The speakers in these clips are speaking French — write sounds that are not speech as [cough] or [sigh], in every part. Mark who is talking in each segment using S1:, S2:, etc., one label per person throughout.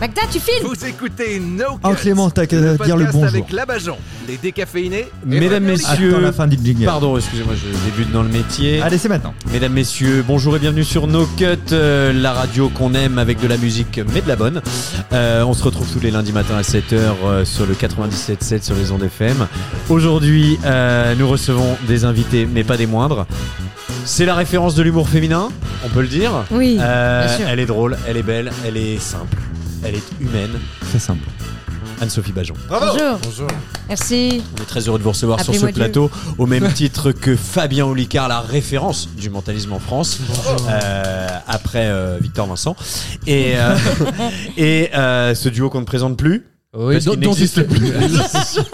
S1: Magda, tu filmes
S2: Vous écoutez No
S3: Ah,
S2: Cut,
S3: Clément, t'as qu'à
S2: le
S3: dire le
S2: podcast
S3: bonjour.
S2: avec Labajon, les décaféinés. et
S4: Mesdames,
S2: Frédéric.
S4: messieurs.
S3: Attends la fin du jingle.
S4: Pardon, excusez-moi, je débute dans le métier.
S3: Allez, c'est maintenant.
S4: Mesdames, messieurs, bonjour et bienvenue sur No Cut, euh, la radio qu'on aime avec de la musique, mais de la bonne. Euh, on se retrouve tous les lundis matins à 7h euh, sur le 97.7 sur les ondes FM. Aujourd'hui, euh, nous recevons des invités, mais pas des moindres. C'est la référence de l'humour féminin, on peut le dire.
S1: Oui.
S4: Euh,
S1: bien sûr.
S4: elle est drôle, elle est belle, elle est simple, elle est humaine.
S3: C'est simple.
S4: Anne-Sophie Bajon.
S1: Bonjour. Merci.
S4: On est très heureux de vous recevoir sur ce
S1: Appelez-moi
S4: plateau, au même titre que Fabien Olicard, la référence du mentalisme en France, euh, après euh, Victor Vincent. Et, euh, et euh, ce duo qu'on ne présente plus,
S5: Oui,
S4: Parce
S5: dont-
S4: qu'il
S5: dont
S4: n'existe
S5: il-
S3: [laughs]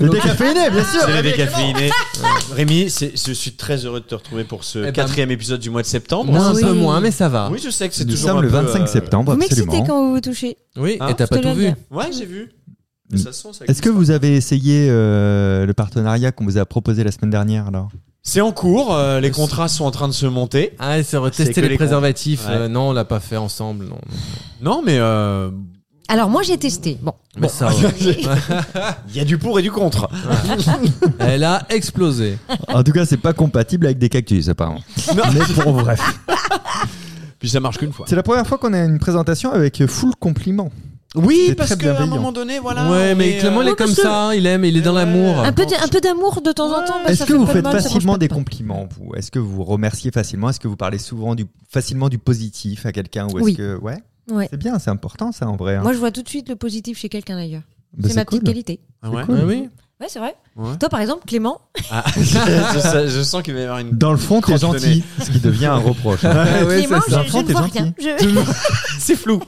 S3: Le décaféiné, bien sûr.
S4: c'est
S3: [laughs]
S4: les décaféinés. Rémi, c'est- je suis très heureux de te retrouver pour
S3: Eh
S4: ce
S5: ben,
S4: quatrième épisode du mois de septembre.
S5: Moins, un
S1: Oui.
S5: peu moins, mais ça va.
S4: Oui, je sais que c'est
S3: Nous
S4: toujours
S3: sommes
S4: un
S3: le
S4: peu,
S3: 25
S4: euh,
S3: septembre,
S1: Vous m'excitez
S3: absolument.
S1: quand vous vous touchez.
S5: Oui,
S4: Ah,
S5: et t'as
S1: je te
S5: pas tout
S1: le
S5: vu.
S1: dis.
S4: Ouais, j'ai vu. Mais ça se sent, ça
S3: Mm. Est-ce que
S4: existe.
S3: vous avez essayé euh, le partenariat qu'on vous a proposé la semaine dernière alors
S4: C'est en cours, euh, les contrats sont en train de se monter.
S5: Ah, c'est vrai,
S4: C'est
S5: tester
S4: que
S5: les
S4: les
S5: préservatifs.
S4: cons.
S5: euh, non, on l'a pas fait ensemble. Non.
S4: Non, mais euh,
S1: Alors moi j'ai testé. Bon.
S5: Mais ça va.
S4: il y a du pour et du contre.
S5: Elle a explosé.
S3: En tout cas, c'est pas compatible avec des cactus apparemment. [laughs] Mais bon,
S2: [laughs]
S3: bref.
S4: Puis ça marche qu'une fois.
S3: C'est la première fois qu'on a une présentation avec full compliment.
S4: Oui,
S3: C'est
S4: parce
S3: très
S4: qu'à un
S3: bienveillant.
S4: moment donné, voilà.
S5: ouais,
S4: on
S5: mais
S4: est,
S5: Clément,
S4: euh,
S5: il est comme ça. hein, Il aime, il est dans
S4: Ouais.
S5: l'amour.
S1: Un peu, de- un peu d'amour de temps en temps. bah,
S3: Est-ce
S1: ça
S3: que
S1: fait
S3: vous
S1: pas de
S3: faites
S1: mal, ça mange
S3: facilement
S1: pas de
S3: des
S1: pain.
S3: compliments vous Est-ce que vous remerciez facilement Est-ce que vous parlez souvent du facilement du positif à quelqu'un ou est-ce
S1: Oui.
S3: que ouais
S1: Ouais.
S3: C'est bien, c'est important ça en vrai. hein.
S1: Moi je vois tout de suite le positif chez quelqu'un d'ailleurs.
S3: Bah,
S1: c'est ma petite
S3: cool.
S1: qualité.
S4: Ah ouais.
S5: Ouais, oui.
S1: Ouais, c'est vrai.
S4: Ouais.
S1: Toi par exemple, Clément,
S4: Ah, [laughs] je, [laughs] ça- je sens qu'il va y avoir une.
S3: Dans le fond, t'es
S4: Croche-tenez.
S3: gentil, ce qui devient un reproche. [laughs]
S5: Ah
S1: Clément, je,
S3: ça.
S1: je
S3: Enfant,
S1: ne
S3: t'es
S1: vois
S3: gentil.
S1: rien. Je- [laughs]
S4: C'est flou.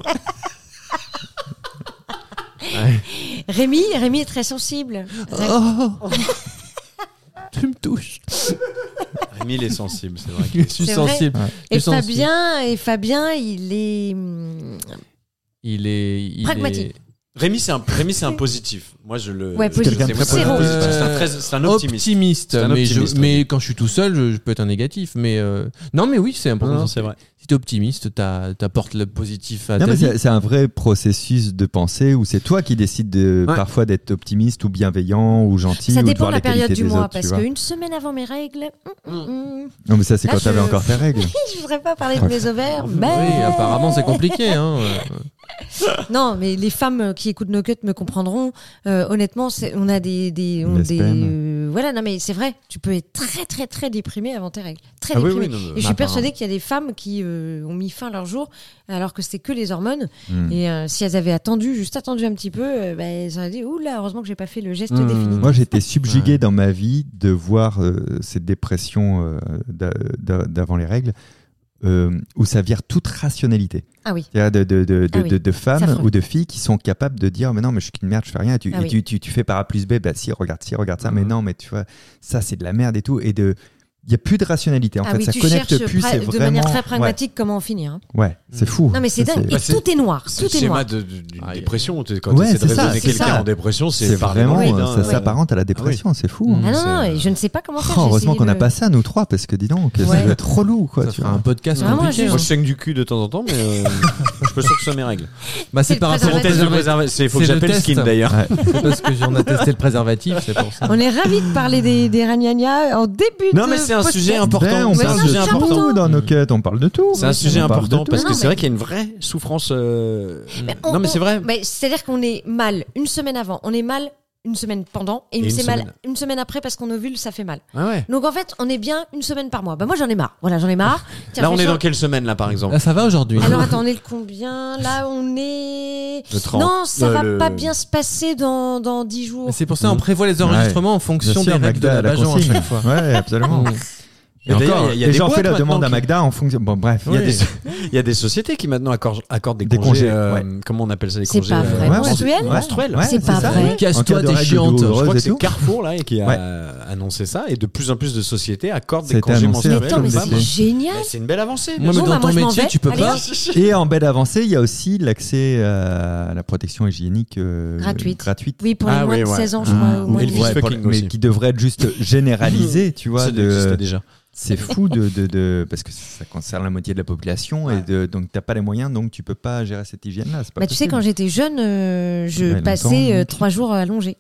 S1: Rémi, Rémi est très sensible.
S3: Oh,
S1: Ré-
S5: Oh. [laughs] tu me touches.
S4: Rémi, il est sensible, c'est vrai.
S5: Je suis
S1: C'est vrai.
S5: sensible.
S3: Ouais.
S5: Je
S1: et
S5: suis sensible.
S1: Fabien, et Fabien, il est hum,
S5: Il est. il est-
S1: Pragmatique.
S4: Rémi, c'est un, Rémi, c'est un positif. Moi, je le.
S1: Ouais, positif.
S4: C'est- C'est
S1: Zéro.
S4: c'est un, très- c'est un optimiste. C'est un
S5: mais, je-
S4: optimiste, oui.
S5: mais quand je suis tout seul, je, je peux être un négatif. Mais euh, non, mais oui, c'est important.
S4: Non, non, c'est vrai.
S5: Si t'es optimiste, t'as- t'apportes le positif à
S3: Non,
S5: ta
S3: mais
S5: vie.
S3: c'est c'est un vrai processus de pensée où c'est toi qui décides de,
S4: Ouais.
S3: parfois d'être optimiste ou bienveillant ou gentil.
S1: Ça
S3: ou de
S1: dépend
S3: voir
S1: de la
S3: les
S1: période
S3: qualités
S1: du
S3: des
S1: mois,
S3: autres, tu
S1: parce
S3: vois.
S1: qu'une semaine avant mes règles, hum, hum, hum,
S3: Non, mais ça, c'est
S1: Là,
S3: quand
S1: je-
S3: t'avais encore
S1: [laughs]
S3: tes règles.
S1: je voudrais pas parler de
S3: Ah,
S1: mes ovaires, mais...
S5: Oui, apparemment, c'est compliqué. Hein.
S1: Non, mais les femmes qui écoutent nos cuts me comprendront. Euh, honnêtement, c'est- on a des, des, on
S3: Une
S1: des
S3: SPM.
S1: euh, voilà. Non, mais c'est vrai. Tu peux être très, très, très déprimé avant tes règles. Très
S4: Ah oui,
S1: déprimé.
S4: oui, non, non,
S1: et je suis
S5: apparemment.
S1: persuadée qu'il y a des femmes qui euh, ont mis fin à leur jour alors que c'est que les hormones.
S3: Mm.
S1: Et euh, si elles avaient attendu, juste attendu un petit peu, euh, bah, elles auraient dit Ouh là, heureusement que j'ai pas fait le geste
S5: Mm.
S1: définitif.
S3: Moi, j'étais subjugué
S5: Ouais.
S3: dans ma vie de voir euh, cette dépression euh, d'a- d'a- d'avant les règles euh, où ça vire toute rationalité.
S1: Ah oui.
S3: Il y a de, de, de, de,
S1: Ah oui.
S3: de- de femmes
S1: affreux.
S3: ou de filles qui sont capables de dire mais non mais je suis qu'une merde je fais rien et tu,
S1: Ah
S3: et
S1: oui.
S3: tu, tu, tu fais par A plus B bah si regarde si regarde ça mais
S5: Mhm.
S3: non mais tu vois ça c'est de la merde et tout et de il y a plus de rationalité en
S1: ah
S3: fait
S1: oui,
S3: ça
S1: tu
S3: connecte
S1: cherches
S3: plus
S1: pra-
S3: c'est
S1: de
S3: vraiment
S1: manière très pragmatique comment en finir. hein.
S3: ouais, ouais c'est fou
S1: Non, mais c'est
S3: Ça,
S1: dingue.
S4: Bah,
S1: Et
S4: c'est-
S1: tout est noir.
S4: C'est
S1: Tout
S4: le
S1: est noir.
S4: schéma de- de- d'une
S5: Ah, il-
S4: dépression. t'es- Quand
S3: Ouais,
S4: tu essaies
S3: c'est
S4: de
S3: ça,
S4: raisonner
S3: c'est
S4: quelqu'un
S3: ça.
S4: en dépression, c'est
S3: c'est
S4: par
S3: vraiment
S4: les
S3: euh,
S4: noirs,
S3: ça
S4: hein, ouais.
S3: s'apparente à la dépression c'est fou hein.
S1: Ah non, non,
S4: C'est- euh,
S1: et je ne sais pas comment
S3: Oh,
S1: faire. j'ai
S3: heureusement
S1: essayé
S3: qu'on n'a
S1: le-
S3: pas ça nous trois parce que dis donc ça
S1: Ouais.
S3: doit être relou quoi
S5: ça
S3: tu
S5: fera
S3: vois.
S5: un podcast
S1: Vraiment,
S5: compliqué.
S1: Ah, je-
S4: Moi, je saigne du cul de temps en temps, mais euh, je peux sûr que ça mes règles.
S5: Bah, c'est
S1: C'est
S5: par
S1: le
S5: rapport au
S1: test de
S5: préservatif.
S4: Il faut que
S5: C'est le
S4: j'appelle
S5: test.
S4: Skin d'ailleurs.
S5: C'est parce que j'en ai testé le préservatif, c'est pour ça.
S1: On est ravis de parler des, des ragnagnas en début de
S4: Non, mais c'est un
S1: podcast.
S4: sujet
S3: Ben,
S4: important.
S3: on
S4: C'est un
S3: parle
S4: sujet
S3: de tout
S4: important.
S3: dans nos quêtes on parle de tout
S4: C'est un
S3: Ouais,
S4: sujet
S3: on parle de
S4: important
S3: tout.
S4: parce
S1: Non,
S4: que
S1: mais-
S4: c'est vrai qu'il y a une vraie souffrance. euh,
S1: On-
S4: Non, mais
S1: on-
S4: c'est vrai.
S1: mais C'est-à-dire qu'on est mal une semaine avant, on est mal une semaine pendant, et,
S4: Et
S1: c'est
S4: une
S1: mal
S4: semaine.
S1: une semaine après parce qu'on ovule, ça fait mal.
S4: Ouais, ouais.
S1: Donc en fait, on est bien une semaine par mois. Bah moi j'en ai marre. Voilà, j'en ai
S4: [laughs]
S1: marre. Tiens,
S4: Là,
S1: je
S4: on
S1: vais
S4: est
S1: sur-
S4: dans quelle semaine, là, par
S3: Ah, [laughs]
S4: exemple
S5: Là, Ah, ça va aujourd'hui.
S1: Alors attends, on est le combien Là on est.
S4: Le 30.
S1: Non, ça
S4: Euh,
S1: va
S4: le-
S1: pas bien se passer dans, dans 10 jours.
S5: Mais C'est pour ça on prévoit les enregistrements en
S3: Bien
S5: fonction
S3: sûr,
S5: des règles de
S3: Magda,
S5: la
S3: la
S5: Bajon à
S3: consigne.
S5: chaque fois.
S3: ouais absolument
S4: [laughs] Et d'ailleurs, il y a- il y a
S3: et
S4: des
S3: j'en
S4: boîtes
S3: fais la
S4: maintenant
S3: demande à
S4: qui-
S3: Magda en fonction. Bon, bref.
S4: Il y, a
S3: Oui.
S4: des, il y a des sociétés qui maintenant accordent, accordent des,
S3: Des
S4: congés,
S3: congés,
S4: euh,
S3: ouais.
S4: comment on appelle ça, des
S1: C'est
S4: congés
S1: pas
S4: euh,
S1: vrai.
S3: Ouais, ouais,
S1: Menstruel
S3: ouais.
S4: Menstruel.
S3: Ouais,
S1: C'est pas
S3: ça.
S1: vrai.
S3: En cas
S5: Casse-toi,
S3: de
S5: t'es
S3: règles
S5: chiante.
S4: Je
S3: douloureuses
S4: crois que
S3: et
S4: c'est
S3: tout.
S4: Carrefour là, et qui a
S3: Ouais.
S4: euh, annoncé ça et de plus en plus de sociétés accordent
S3: Ça a
S4: des
S3: été
S4: congés
S3: annoncé,
S4: mensuels.
S1: Mais attends, mais
S3: Comme
S1: c'est
S3: des-
S1: génial.
S4: Bah, c'est une belle avancée.
S5: Moi, mais
S1: Bon, bah,
S5: dans
S1: moi,
S5: ton
S1: je m'en
S5: métier,
S1: vais.
S5: tu peux
S1: Allez,
S5: pas.
S1: hop.
S3: Et en belle avancée, il y a aussi l'accès euh, à la protection hygiénique euh,
S1: Gratuite.
S3: gratuite.
S1: Oui, pour les
S4: Ah
S1: moins
S4: oui,
S1: de
S4: ouais.
S1: 16 ans, je crois.
S4: Ah,
S1: au moins
S4: oui.
S1: de
S4: Elvis
S3: Ouais, pour-
S4: fucking
S3: mais
S4: aussi. [laughs]
S3: qui devrait être juste généralisé, tu vois.
S4: Ça
S3: de-
S4: existe déjà.
S3: C'est fou de, de- de- parce que ça concerne la moitié de la population et de, donc t'as pas les moyens donc tu peux pas gérer cette hygiène là.
S1: Bah, tu sais, quand j'étais jeune, euh, je
S3: Ouais, longtemps,
S1: passais euh,
S3: longtemps.
S1: trois jours allongée.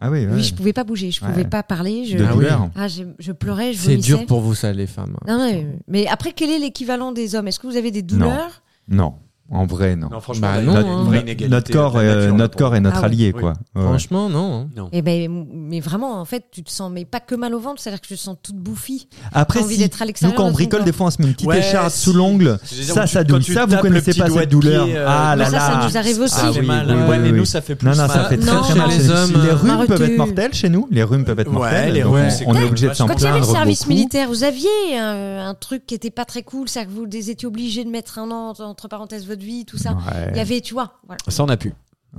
S3: ah oui, ouais.
S1: Oui, je pouvais pas bouger, je
S3: Ouais.
S1: pouvais pas parler. Je...
S3: de
S5: Ah oui.
S3: douleur.
S1: Ah, j'ai- je pleurais, je
S5: C'est
S1: vomissais.
S5: dur pour vous, ça, les femmes.
S1: Non, mais, mais après, quel est l'équivalent des hommes Est-ce que vous avez des douleurs
S3: Non, en vrai non.
S4: franchement,
S5: Bah,
S4: il y a
S5: non,
S4: une
S1: hein.
S4: vraie
S1: Notre-
S3: notre,
S4: inégalité de
S3: corps,
S4: la
S3: est,
S4: nature, là,
S3: notre
S4: pour-
S3: corps est notre
S1: Ah oui.
S3: allié
S4: Oui.
S3: quoi. Ouais.
S5: Franchement, non. hein.
S1: Eh ben, mais vraiment, en fait, tu te sens mais pas que mal au ventre, c'est-à-dire que je te sens toute bouffie.
S3: Après
S1: T'as envie
S3: si
S1: d'être à
S3: nous
S1: l'extérieur
S3: quand on
S1: de ton
S3: bricole
S1: corps.
S3: des fois on se met une petite
S4: Ouais,
S3: écharpe
S4: si.
S3: sous l'ongle.
S4: C'est-à-dire,
S3: Ça
S4: quand
S3: ça
S4: tu- quand
S3: douleur.
S4: tu
S3: Ça vous
S4: tapes le
S3: connaissez
S4: petit
S3: pas
S4: doigt
S3: cette
S4: de
S3: douleur.
S4: pied, euh,
S3: Ah là
S1: Mais ça, ça
S3: là.
S1: nous arrive aussi.
S3: Ah
S4: Ça fait
S3: oui,
S4: mal. hein.
S3: oui,
S4: ouais,
S3: oui,
S4: mais
S3: oui.
S4: nous, ça fait plus
S3: Non, non, ça
S5: Ah,
S3: fait très
S1: non,
S3: très
S1: chez
S3: mal.
S5: les
S3: chez nous.
S5: hommes,
S3: les rhumes
S1: euh,
S3: peuvent être
S1: Marotu.
S3: mortels chez nous. Les rhumes peuvent être
S4: Ouais,
S3: mortels.
S4: les
S3: donc
S5: rhumes,
S3: on-
S5: c'est
S3: on est
S4: clair.
S3: obligé de s'en
S1: Quand il y avait le
S3: plaindre
S1: service
S3: beaucoup.
S1: militaire, vous aviez euh, un truc qui était pas très cool, c'est-à-dire que vous étiez obligé de mettre un an entre parenthèses votre vie, tout ça.
S3: Ouais.
S1: Il y avait, tu vois. voilà.
S4: Ça, on a pu.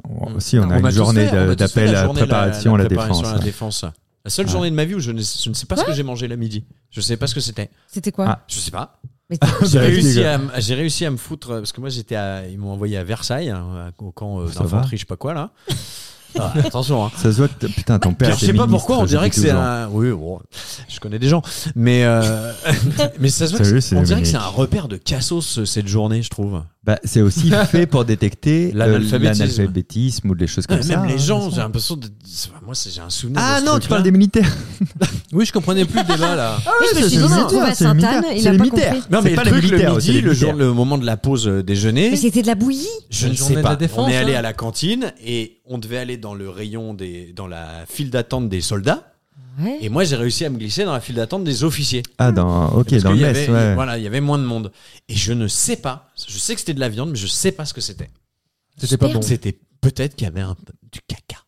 S3: On- Aussi, on
S1: Non,
S3: a une
S4: tous
S3: journée
S4: fait- on a tous
S3: de-
S4: fait
S3: d'appel à
S4: journée,
S3: préparation à la
S4: préparation
S3: défense.
S4: à la défense. La seule
S3: Ouais.
S4: journée de ma vie où je ne, je ne sais pas ce que j'ai mangé la midi. Je sais pas ce que c'était.
S1: C'était quoi
S3: Ah.
S4: Je sais pas.
S1: Mais t'es-
S4: J'ai
S3: Bah,
S4: réussi,
S3: les
S4: à, m- j'ai réussi à me foutre euh, parce que moi j'étais à- ils m'ont envoyé à Versailles hein, au camp euh,
S3: Ça
S4: d'infanterie, je sais pas quoi là. Ah, attention. Hein.
S3: Ça se voit que t- putain ton père.
S4: Car je sais
S3: était
S4: pas pourquoi on
S3: ministre,
S4: dirait que
S3: depuis
S4: c'est
S3: 12 ans.
S4: un. Oui, bon, je connais des gens,
S3: [laughs]
S4: mais euh, mais ça se voit. que
S3: Salut,
S4: c'est-
S3: c'est
S4: on dirait
S3: Dominique.
S4: que c'est un repère de Cassos euh, cette journée, je trouve.
S3: Bah, c'est aussi
S4: [laughs]
S3: fait pour détecter euh,
S4: L'analphabétisme.
S3: l'analphabétisme ou des choses comme
S4: Même
S3: ça.
S4: les
S3: hein,
S4: gens,
S3: de
S4: j'ai
S3: toute façon.
S4: l'impression de. c'est- Moi, c'est- j'ai un souvenir.
S3: Ah
S4: de ce
S3: non, tu
S4: truc-là.
S3: parles des militaires.
S5: Oui, je comprenais plus le débat là.
S1: Oui, je me suis dit, non, on va à
S3: Ah, c'est les
S1: Sainte-Anne,
S3: militaires,
S1: il
S3: c'est
S1: a
S3: les
S1: pas
S3: militaires.
S1: compris.
S4: Non,
S3: C'est
S4: mais
S3: pas
S4: le
S3: les
S4: truc le
S3: militaires, c'est
S4: midi,
S3: les
S4: le jour,
S3: militaires.
S4: le moment de la pause euh, déjeuner.
S1: Mais c'était de la bouillie
S4: Je
S5: La
S4: ne
S5: journée
S4: sais
S5: de
S4: pas.
S5: la défense,
S4: on est allé
S5: hein.
S4: à la cantine et on devait aller dans le rayon des, dans la file d'attente des soldats.
S1: Ouais.
S4: Et moi, j'ai réussi à me glisser dans la file d'attente des officiers.
S3: Ah, dans, ok,
S4: Parce
S3: dans le
S4: qu'il y
S3: mess,
S4: avait-
S3: ouais.
S4: Voilà, il y avait moins de monde. Et je ne sais pas. Je sais que c'était de la viande, mais je sais pas ce que c'était.
S5: C'était pas bon.
S4: C'était peut-être qu'il y avait un peu du caca.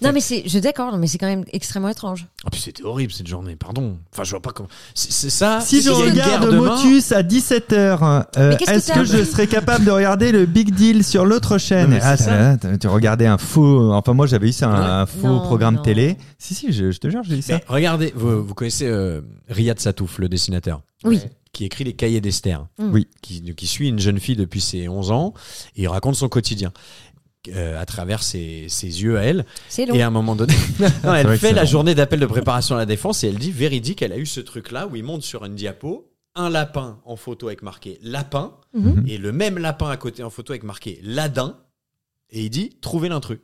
S1: Non, mais c'est, je suis d'accord, mais c'est quand même extrêmement étrange.
S4: Ah puis c'était horrible cette journée. Pardon. Enfin, je vois pas comment. C'est c'est ça.
S3: Si je
S4: il y a une
S3: regarde
S4: guerre demain.
S3: Motus à 17h,
S1: Mais qu'est-ce que
S3: est-ce
S1: t'as
S3: que,
S1: appris
S3: je serais capable de regarder le Big Deal sur l'autre chaîne
S4: Non, mais c'est
S3: Ah,
S4: ça.
S3: t'as- t'as- tu regardais un faux. Enfin, moi, j'avais eu ça, un, un faux
S1: Non,
S3: programme
S1: non.
S3: télé. Si, si, je, je te jure, j'ai eu ça.
S4: Mais regardez, vous, vous connaissez euh, Riyad Satouf, le dessinateur,
S1: Oui.
S4: qui écrit les cahiers d'Esther,
S1: Mm.
S3: Oui.
S4: qui, qui suit une jeune fille depuis ses 11 ans et il raconte son quotidien euh, à travers ses, ses yeux à elle.
S1: C'est long.
S4: Et à un moment donné, non,
S3: vrai
S4: elle
S3: que
S4: fait
S3: [laughs] c'est
S4: la
S3: long.
S4: journée d'appel de préparation à la défense et elle dit véridique, elle a eu ce truc-là où il monte sur une diapo un lapin en photo avec marqué lapin
S1: Mhm.
S4: et le même lapin à côté en photo avec marqué ladin et il dit trouver l'intrus.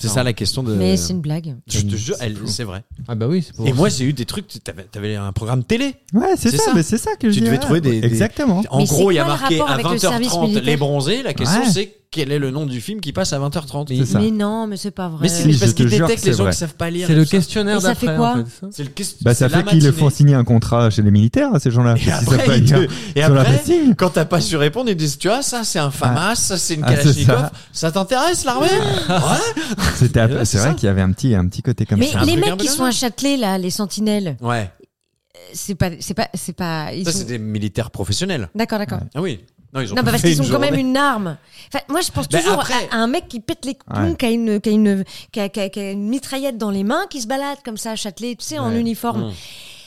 S4: C'est
S3: Non.
S4: ça la question de.
S1: Mais c'est une blague.
S4: Je te
S3: C'est
S4: jure, elle-
S3: fou.
S4: c'est vrai.
S5: Ah bah oui, c'est pour.
S4: Et moi, j'ai eu des trucs. T'avais, t'avais un programme télé.
S3: Ouais, c'est
S4: C'est
S3: ça,
S4: ça.
S3: mais c'est ça que je
S4: Tu
S3: disais.
S4: devais trouver des- des-
S3: Exactement.
S4: En
S1: Mais c'est
S4: gros, il y a
S1: quoi le
S4: marqué
S1: rapport
S4: à
S1: avec le service
S4: 20h30 les
S1: militaire
S4: bronzés. La question,
S3: Ouais.
S4: c'est quel est le nom du film qui passe à 20h30
S3: C'est ça.
S1: Mais non, mais c'est pas vrai.
S4: Mais c'est
S3: Si,
S4: parce
S3: je te
S4: qu'ils
S3: jure que
S4: détectent les
S3: c'est
S4: gens
S3: vrai.
S4: qui savent pas lire.
S5: C'est
S4: et
S5: le
S4: tout ça.
S5: questionnaire
S1: Et ça
S5: d'après.
S1: fait quoi
S5: en fait.
S4: C'est le question-
S3: Bah, ça
S4: c'est la
S3: fait qu'ils le
S4: matinée.
S3: font signer un contrat chez les militaires, ces gens-là.
S4: Et
S3: parce qu'ils savent
S4: après,
S3: pas
S4: ils
S3: lire. [laughs]
S4: te- et
S3: Sur la
S4: après, [laughs]
S3: facile.
S4: quand t'as pas su répondre, ils disent, tu vois, ça, c'est un FAMAS, ça, c'est une
S3: Ah, c'est
S4: Kalachnikov.
S3: ça.
S4: ça. t'intéresse, l'armée? ouais.
S3: C'était à-
S4: Ouais, c'est
S3: C'est
S4: ça.
S3: vrai qu'il y avait un petit, un petit côté comme
S1: Mais
S3: ça.
S4: un
S1: les
S4: truc
S1: mecs
S4: un peu
S1: qui sont à
S4: dingue.
S1: Châtelet, là, les sentinelles,
S4: Ouais.
S1: euh, c'est pas, c'est pas, c'est pas, ils
S4: Ça,
S1: sont-
S4: c'est des militaires professionnels.
S1: D'accord, d'accord.
S4: Ah oui. Non, ils ont
S1: Non,
S4: pas
S1: bah, parce
S4: fait
S1: qu'ils ont
S4: une
S1: quand même
S4: journée.
S1: une arme. Enfin, moi, je pense
S4: Ben,
S1: toujours
S4: après-
S1: à, à un mec qui pète les
S3: Ouais.
S1: plombs, qui a une, qui a une, qui a, qui a- qui a une mitraillette dans les mains, qui se balade comme ça à Châtelet, tu sais, en
S3: Ouais.
S1: uniforme.
S4: Mm.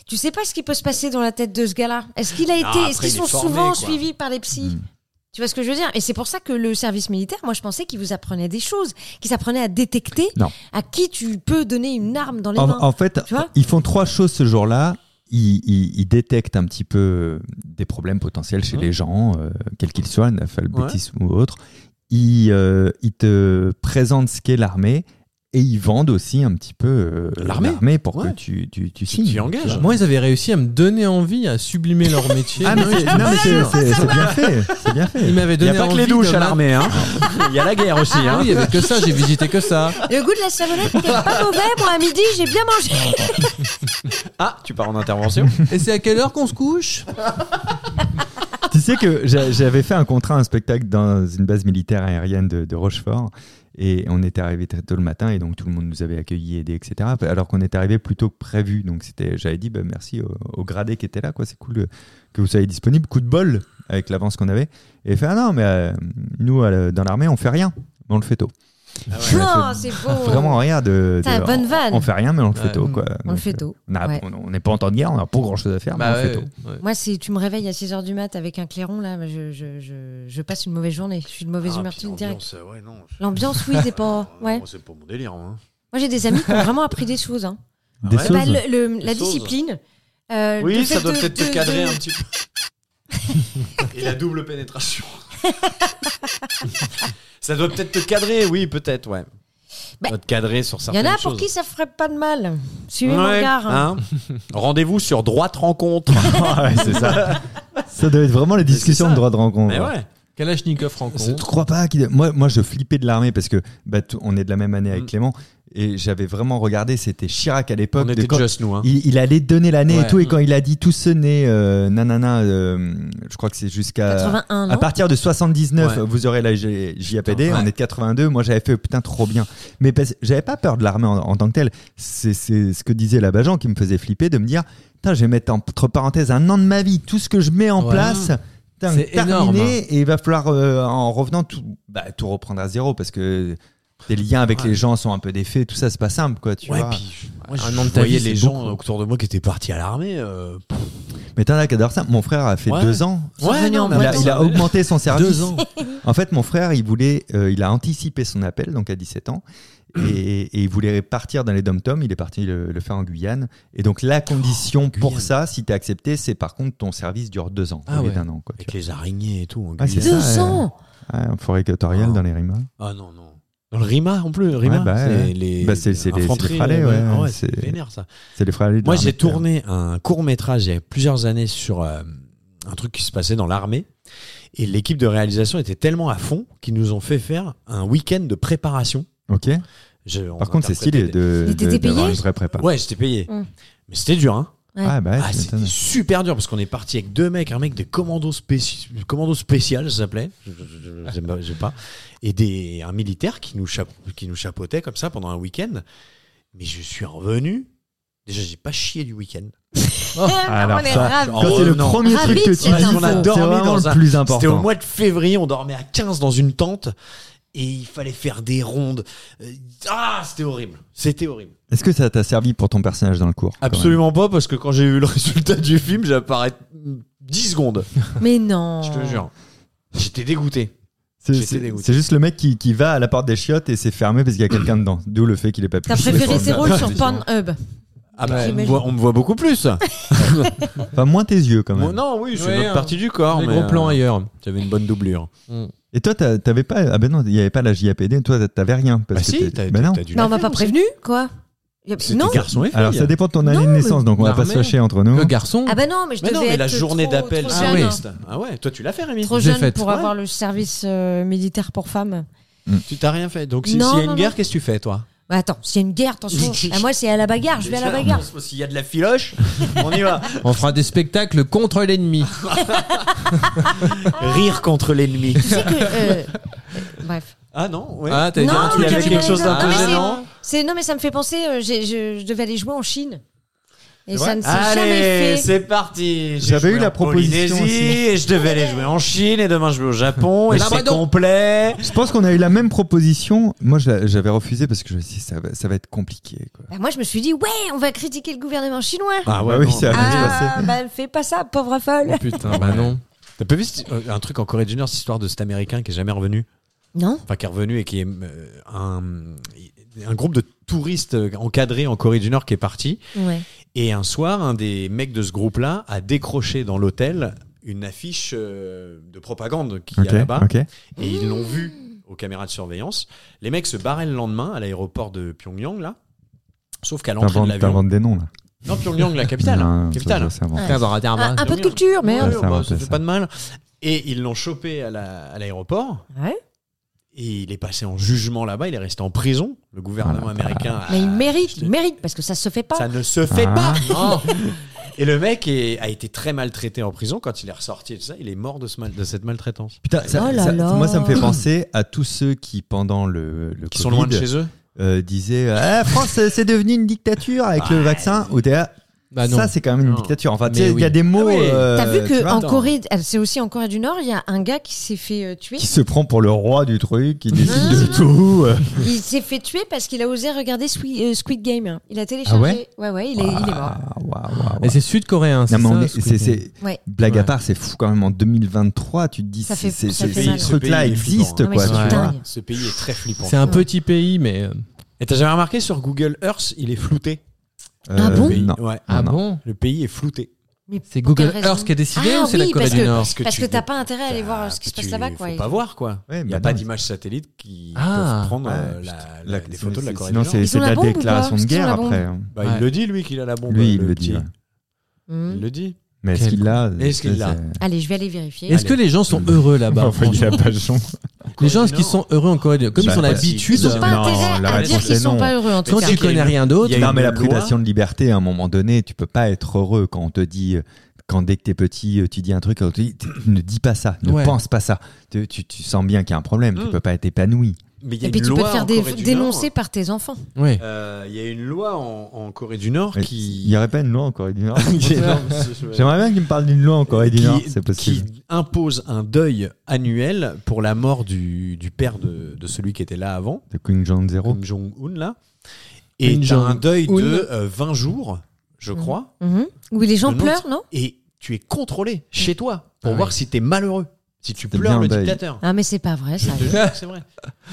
S1: Tu sais pas ce qui peut se passer dans la tête de ce gars-là. Est-ce qu'il a été,
S4: après,
S1: est-ce qu'ils
S4: il est
S1: sont
S4: formé,
S1: souvent
S4: quoi. Mmh.
S1: suivis par les psys
S3: Mm.
S1: Tu vois ce que je veux dire Et c'est pour ça que le service militaire, moi, je pensais qu'il vous apprenait des choses, qu'ils apprenaient à détecter
S3: Non.
S1: à qui tu peux donner une arme dans les mains.
S3: En, en fait,
S1: Tu vois
S3: ils font trois choses ce jour-là. Ils, ils- ils détectent un petit peu des problèmes potentiels chez
S4: Mhm.
S3: les gens, euh, quels qu'ils soient, analphabétisme ou autre. Ils, euh, ils te présentent ce qu'est l'armée et ils vendent aussi un petit peu euh,
S4: L'armée.
S3: pour
S4: Ouais.
S3: que tu, tu, tu
S4: Tu
S3: signes.
S4: t'y engages.
S5: Moi, ils avaient réussi à me donner envie à sublimer leur métier.
S3: Ah, mais
S5: Non,
S3: c'est-
S5: ils-
S3: non, mais c'est c'est- c'est bien fait. C'est bien fait.
S5: Ils m'avaient
S4: Il n'y
S5: donné
S4: a pas que
S5: envie
S4: les douches
S5: de
S4: à
S5: ma-
S4: l'armée,
S5: [laughs]
S4: hein. Il y a la guerre aussi,
S5: Ah
S4: hein.
S5: oui, il y avait que ça, j'ai visité que [laughs] ça.
S1: Le goût de la savonnette n'était pas mauvais. Moi, à midi, j'ai bien mangé.
S4: Ah, tu pars en intervention.
S5: Et c'est à quelle heure qu'on se couche
S3: tu sais que j'a- j'avais fait un contrat, un spectacle dans une base militaire aérienne de, de Rochefort. Et on était arrivé très tôt le matin et donc tout le monde nous avait accueillis, aidés, etc. Alors qu'on est arrivé plus tôt que prévu. Donc c'était, j'avais dit bah, merci au, au gradé qui était là, quoi. C'est cool euh, que vous soyez disponible. Coup de bol avec l'avance qu'on avait. Et il fait ah non mais euh, nous à la- dans l'armée on fait rien, mais on le fait tôt. On a
S1: Non,
S3: fait
S1: c'est beau.
S3: Vraiment rien de.
S1: Ah Putain,
S3: de-
S1: bonne
S3: on-
S1: vanne.
S3: On fait rien mais on le fait
S5: Ouais.
S3: tôt quoi.
S1: On le fait tôt.
S3: On a-
S1: Ouais.
S3: on- on n'est pas en temps de guerre, on n'a pas grand chose à
S4: Bah
S3: faire, mais
S5: Bah
S3: on le fait tôt.
S1: Moi, si tu me réveilles à 6h du mat avec un clairon, là, je, je, je, je passe une mauvaise journée. Je suis de
S4: Ah,
S1: mauvaise humeur tout direct.
S4: Ouais, non.
S1: L'ambiance, oui, c'est
S4: [laughs]
S1: pas. Ouais.
S4: C'est pas mon délire, hein.
S1: Moi, j'ai des amis qui ont vraiment appris des choses. hein.
S3: Des
S4: ouais
S3: choses.
S1: Bah, le- le- la
S4: Des choses.
S1: discipline, Euh,
S4: Oui,
S1: le
S4: ça
S1: fait
S4: doit
S1: de-
S4: peut-être
S1: de-
S4: te cadrer
S1: de-
S4: un petit peu. Et la double
S1: [laughs]
S4: pénétration. ça doit peut-être te cadrer, oui, peut-être, ouais.
S1: Ben,
S4: Ça doit te cadrer sur
S1: Il y
S4: certaines
S1: en
S4: choses.
S1: a pour qui ça ferait pas de mal. Suivez mon
S4: Ouais,
S1: regard.
S4: hein.
S1: [laughs]
S4: Rendez-vous sur Droite Rencontre.
S3: [laughs] Ah ouais, c'est
S4: [laughs]
S3: ça. Ça doit être vraiment les discussions
S4: ça.
S3: de droit de rencontre.
S4: Mais Eh ouais.
S5: Kalachnikov
S3: Je ne
S5: rencontre.
S3: crois pas qu'il. Moi, moi, je flippais de l'armée parce que bah, tout- on est de la même année avec
S4: Mm.
S3: Clément et j'avais vraiment regardé. C'était Chirac à l'époque. de
S4: On était
S3: quand-
S4: just nous, hein.
S3: il, il allait donner l'année et
S5: Ouais.
S3: tout. Et
S5: Mm.
S3: quand il a dit tout ce n'est euh, nanana, euh, je crois que c'est jusqu'à.
S1: 81
S3: Euh, À
S1: ans.
S3: partir de 79,
S4: Ouais.
S3: vous aurez la G- JAPD,
S4: Putain, ouais.
S3: on est de 82. Moi, j'avais fait oh, putain trop bien. Mais parce- j'avais pas peur de l'armée en, en tant que telle. C'est c'est ce que disait la Bajan qui me faisait flipper de me dire putain, je vais mettre entre parenthèses un an de ma vie, tout ce que je mets en
S5: Ouais.
S3: place. putain,
S5: C'est
S3: terminé,
S5: énorme.
S4: hein.
S3: et il va falloir euh, en revenant tout, bah, tout reprendre à zéro parce que tes liens avec les gens sont un peu défaits, tout ça c'est pas simple quoi, tu
S4: Ouais,
S3: vois.
S4: puis, moi,
S5: Un
S4: je
S5: an de ta
S4: voyais
S5: vie,
S4: les
S5: c'est
S4: gens
S5: beaucoup.
S4: autour de moi qui étaient partis à l'armée. euh, pff.
S3: Mais t'en as qui adorent ça. Mon frère a fait
S4: Ouais.
S3: deux ans.
S1: sont venus en
S3: Il a,
S1: Attends,
S3: il a augmenté son service.
S5: Deux ans.
S3: En fait, mon frère, il voulait, euh, il a anticipé son appel, donc à 17 ans, et, et il voulait partir dans les dom-toms. Il est parti le, le faire en Guyane. Et donc, la condition pour
S4: Guyane.
S3: ça, si t'es accepté, c'est par contre ton service dure deux ans,
S5: Ah
S3: au lieu
S5: ouais.
S3: d'un an. Quoi, tu
S4: Avec les araignées et tout. en
S3: Ouais, c'est
S4: Guyane.
S3: ça.
S1: 200
S3: vois. Ouais, en forêt équatoriale,
S4: Ah.
S3: dans les rimas.
S4: Ah non, non. Dans le RIMA en plus. RIMA,
S3: Ouais, bah,
S4: c'est
S3: ouais.
S4: les.
S3: Bah, c'est- c'est les- c'est les
S4: infanteries,
S3: fralets,
S4: là-bas.
S3: ouais,
S4: Ah ouais,
S3: c'est- hein.
S4: c'est vénère ça.
S3: C'est les frères. de
S4: Moi,
S3: l'armée
S4: j'ai
S3: de terre.
S4: tourné un court métrage il y a plusieurs années sur euh, un truc qui se passait dans l'armée. Et l'équipe de réalisation était tellement à fond qu'ils nous ont fait faire un week-end de préparation.
S3: Ok.
S4: Je- on
S3: Par contre, c'est
S4: interprétait
S3: stylé
S4: des-
S3: de.
S1: Il était
S3: de- d'avoir
S1: payé
S3: une vraie prépa.
S4: Ouais, j'étais payé.
S1: Mm.
S4: Mais c'était dur, hein.
S3: Ah, bah, ouais,
S4: Ah,
S3: tu
S4: c'était
S3: m'étonnes.
S4: super dur parce qu'on est parti avec deux mecs, un mec des commandos spéci- commando spécial, ça s'appelait, je, je- je- j'aime pas- j'aime pas, et des, un militaire qui nous, chape- qui nous chapeautait comme ça pendant un week-end. Mais je suis revenu. Déjà, j'ai pas chié du week-end.
S3: euh, alors
S1: Ah, on est
S3: ça,
S1: ravis.
S4: en
S3: Quand c'est le
S4: revenant.
S3: premier
S1: Ravi
S3: truc que
S1: de
S3: tu dis,
S1: cette info.
S4: On a
S3: c'est
S4: dormi
S3: vraiment
S4: dans
S3: le
S4: un-
S3: plus
S4: C'était au
S3: important.
S4: mois de février, on dormait à 15 dans une tente et il fallait faire des rondes. Euh, Ah, c'était horrible. C'était horrible.
S3: Est-ce que ça t'a servi pour ton personnage dans le cours quand même
S4: Absolument pas parce que quand j'ai eu le [laughs] résultat du film, j'apparais 10 secondes.
S1: Mais non.
S4: Je te jure. J'étais dégoûté.
S3: C'est-
S4: J'étais
S3: C'est
S4: dégoûté.
S3: c'est juste le mec qui, qui va à la porte des chiottes et c'est fermé parce qu'il y a quelqu'un dedans. D'où le fait qu'il est pas
S1: T'as
S3: pu-
S1: préféré ses rôles sur
S3: Effectivement.
S1: Pornhub.
S4: Ah bah, on, me
S1: J'imagine.
S4: voit, on me voit beaucoup plus.
S3: Enfin, moins tes yeux quand même.
S4: Moi, non, oui, c'est
S5: Ouais,
S4: une autre
S5: hein.
S4: partie du corps.
S5: Les
S4: mais,
S5: gros
S4: euh,
S5: plans ailleurs.
S4: J'avais une bonne doublure.
S3: Et toi, t'as- t'avais pas. Ah ben non, il y avait pas la JAPD. Toi, t'as- t'avais rien. Parce
S4: Bah
S3: que
S4: si,
S3: t'es-
S4: t'as
S3: ben non.
S4: t'as dû
S1: Non, on
S4: la
S1: m'a
S4: faire,
S1: pas prévenu, quoi. Y a-
S4: C'était
S1: Non
S4: garçon et fille.
S3: Alors ça dépend de ton année de
S1: Non,
S3: naissance, donc on va pas
S5: l'armée.
S3: se fâcher entre nous.
S5: Le garçon,
S1: Ah bah non, mais je
S4: Mais
S1: devais
S4: non, mais la
S1: être
S4: journée
S1: trop-
S4: d'appel,
S1: trop
S4: c'est
S1: jeune. hein.
S5: oui.
S4: triste. Ah ouais, toi tu l'as fait Rémi.
S1: Trop
S5: J'ai
S1: jeune
S5: fait.
S1: pour
S4: Ouais.
S1: avoir le service euh, militaire pour femmes.
S4: Tu t'as rien fait. Donc si- s'il
S1: Non,
S4: y a
S1: non,
S4: une
S1: non.
S4: guerre, qu'est-ce que tu fais toi
S1: Bah attends, s'il y a une guerre, attention. Ah, moi, c'est à la bagarre, je vais à la bagarre.
S4: S'il y a de la filoche, on y va.
S5: on fera des spectacles contre l'ennemi.
S4: Rire contre l'ennemi.
S1: Tu sais que. euh, euh, Bref.
S4: Ah non, ouais.
S5: Ah, t'as dit
S1: Non,
S5: un
S4: il y
S5: truc
S4: avait
S1: j'avais
S4: quelque
S1: pas
S4: chose
S1: eu-
S4: d'un peu
S1: Ah, mais c'est-
S4: gênant.
S1: c'est- Non, mais ça me fait penser, euh, j'ai- je, je devais aller jouer en Chine. Et
S3: C'est
S1: ça
S3: vrai
S1: ne s'est jamais
S4: Allez,
S1: fait.
S4: c'est parti. J'ai
S3: J'avais
S4: joué
S3: eu la
S4: en
S3: proposition
S4: Polynésie
S3: aussi.
S4: et je devais aller jouer en Chine et demain je vais au Japon et c'est
S5: Labrador.
S4: complet.
S3: Je pense qu'on a eu la même proposition. Moi, je la- j'avais refusé parce que je me suis dit, ça va, ça va être compliqué. Quoi.
S1: Bah, moi, je me suis dit, ouais, on va critiquer le gouvernement chinois.
S4: Ah
S3: ouais, oui, ça va bien se
S1: Ah,
S3: passer.
S1: bah, elle fait pas ça, pauvre folle.
S5: putain, bah non.
S4: T'as pas vu cette- euh, un truc en Corée du Nord, cette histoire de cet Américain qui est jamais revenu
S1: Non
S4: Enfin, qui est revenu et qui est euh, un, un groupe de touristes euh, encadrés en Corée du Nord qui est parti.
S1: Ouais.
S4: Et un soir, un des mecs de ce groupe-là a décroché dans l'hôtel une affiche euh, de propagande qu'il y
S3: Ok.
S4: a là-bas.
S3: ok.
S4: Et ils l'ont vu aux caméras de surveillance. Les mecs se barraient le lendemain à l'aéroport de Pyongyang, là. Sauf qu'à l'entrée de
S3: T'inventes
S4: l'avion.
S3: t'inventes des noms là.
S4: Non, Pyongyang, la capitale.
S1: hein.
S4: hein,
S3: Non, ça,
S4: capitale.
S3: ça, c'est inventé.
S5: Putain, bah, radar, bah.
S1: Un, un peu de culture, mais. euh,
S4: Ouais,
S3: Ça,
S4: bah,
S3: c'est
S4: ça fait
S3: ça.
S4: pas de mal. Et ils l'ont chopé à la- à l'aéroport.
S1: Ouais.
S4: Et il est passé en jugement là-bas, il est resté en prison. Le gouvernement
S3: Voilà.
S4: américain. a-
S1: Mais il mérite,
S4: Ah, je te-
S1: il mérite, parce que ça se fait pas.
S4: Ça ne se fait
S3: Ah.
S4: pas. [laughs] Et le mec est- a été très maltraité en prison. Quand il est ressorti, et tout ça, il est mort de, ce mal- de cette maltraitance.
S3: Putain, ça-
S1: Oh là
S3: ça-
S1: là.
S3: moi ça me fait penser à tous ceux qui pendant le, le
S4: Qui sont loin de
S3: Covid,
S4: chez eux.
S3: euh, disaient euh, Ah, France c'est devenu une dictature avec le vaccin ou t'es là,
S5: Bah non.
S3: ça c'est quand même une
S4: Non.
S3: dictature enfin tu
S5: Mais
S3: sais, il y a
S5: oui.
S3: des mots
S4: Ah oui.
S3: euh,
S1: T'as vu
S3: tu
S1: que
S3: vois,
S1: en
S4: attends.
S1: Corée, euh, c'est aussi en Corée du Nord, il y a un gars qui s'est fait euh, tuer.
S3: qui se prend pour le roi du truc qui décide
S1: Non,
S3: de
S1: non,
S3: tout euh.
S1: Il s'est fait tuer parce qu'il a osé regarder Squid, euh, Squid Game. Il a téléchargé.
S3: Ah ouais
S1: ouais, ouais, il est, il est mort.
S3: Ah, waouh, waouh,
S5: Et c'est sud-coréen,
S3: waouh.
S5: c'est
S3: Non, mais on est-
S5: ça, ce
S3: c'est-
S5: que-
S3: c'est-
S1: Ouais.
S3: blague à
S4: Ouais.
S3: part, c'est fou quand même. En 2023, tu te dis,
S1: Ça
S3: c'est-
S1: fait-
S3: c'est-
S1: ça
S3: ce
S1: fait mal.
S3: truc-là
S4: Ce pays est
S3: existe,
S1: flippant.
S3: quoi.
S1: Ah, mais
S3: tu
S1: c'est
S3: vois.
S1: dingue.
S4: Ce pays est très flippant.
S5: C'est un petit pays, mais euh,
S4: Et t'as jamais remarqué sur Google Earth, il est flouté.
S1: Ah bon
S3: Euh, non.
S4: Ouais.
S5: Ah
S3: Non,
S5: bon
S4: Le pays est flouté.
S5: C'est Google
S1: raison
S5: Earth qui a décidé
S1: Ah
S5: ou c'est
S1: oui,
S5: la Corée
S1: parce
S5: du
S1: que-
S5: Nord
S1: Parce que
S4: tu
S1: t'as
S4: veux-
S1: pas intérêt à aller voir ce qui se
S4: Bah,
S1: passe
S4: tu-
S1: là-bas,
S4: Faut
S1: quoi.
S4: pas voir, quoi. Il
S3: Ouais,
S4: n'y
S3: bah
S4: a pas
S3: non.
S4: d'image satellite qui
S5: Ah.
S4: peuvent prendre euh,
S3: Ouais,
S4: la-
S3: La-
S4: la- les photos de la Corée
S3: sinon,
S4: du Nord.
S3: c'est
S1: Ils
S3: c'est
S1: ont
S3: de
S1: la
S3: la
S1: bombe ou pas
S3: déclaration de
S1: Parce qu'ils ont la
S3: guerre
S1: bombe.
S3: après.
S4: Bah,
S5: Ouais.
S4: Il le dit, lui, qu'il a la bombe. euh,
S3: Lui, il le
S4: petit.
S3: dit. ouais.
S1: Hmm.
S4: Il le dit.
S3: Mais est-ce
S5: Quel-
S3: qu'il l'a
S4: Est-ce qu'il
S3: c'est-
S4: l'a Bah,
S3: c'est-
S1: Allez, je vais aller vérifier.
S5: Est-ce que les gens sont heureux là-bas
S3: [laughs] Enfin, il a pas le son.
S5: Les gens, est-ce
S4: du
S5: qu'ils
S4: Nord
S5: sont heureux en Corée du Nord Comme
S3: Bah,
S5: ils ont
S3: pas-
S5: l'habitude.
S1: Ils ont pas
S3: Non,
S1: intérêt
S3: la
S1: à dire
S3: réponse
S1: qu'ils
S3: est
S1: sont
S3: non.
S1: pas heureux. En tout
S5: Quand
S1: cas,
S5: tu connais rien d'autre.
S4: Il y a
S3: Non,
S4: une
S3: mais la
S4: loi.
S3: privation de liberté, à un moment donné, tu peux pas être heureux quand on te dit, quand dès que t'es petit, euh, tu dis un truc, on te dit, ne dis pas ça, ne
S5: Ouais.
S3: pense pas ça. Tu, tu- tu sens bien qu'il y a un problème, tu
S4: Mm.
S3: peux pas être épanoui.
S4: Mais il y a
S1: et puis
S4: une
S1: tu peux
S4: loi hein.
S1: te faire
S4: en
S1: dé-
S4: Corée du
S1: dénoncer
S4: Nord.
S1: par tes enfants.
S5: Ouais.
S4: Euh, Il y a une loi en, en Corée du Nord
S3: Mais Il
S4: qui.
S3: y
S4: [laughs]
S3: aurait pas une loi en Corée du Nord. [laughs]
S4: qui est- non, c'est-
S3: J'aimerais bien qu'il me parle d'une loi en Corée du
S4: qui-
S3: Nord, c'est possible.
S4: qui impose un deuil annuel pour la mort du, du père de, de celui qui était là avant,
S3: De Queen Jong Zero.
S4: Kim Jong-un, là. Et
S5: Kim
S4: t'as un deuil
S5: Jong-un.
S4: de euh, 20 jours, je
S3: Mmh.
S4: crois,
S1: Mhm. Oui, les gens
S4: Le nom de-
S1: pleurent, non
S4: et tu es contrôlé chez toi
S5: Ah
S4: pour
S5: oui.
S4: voir si t'es malheureux, si tu
S3: C'était bien
S4: pleures le
S3: un deuil.
S4: dictateur.
S1: Ah, mais c'est pas vrai,
S4: [laughs]
S1: ça.
S4: Je te jure, c'est vrai.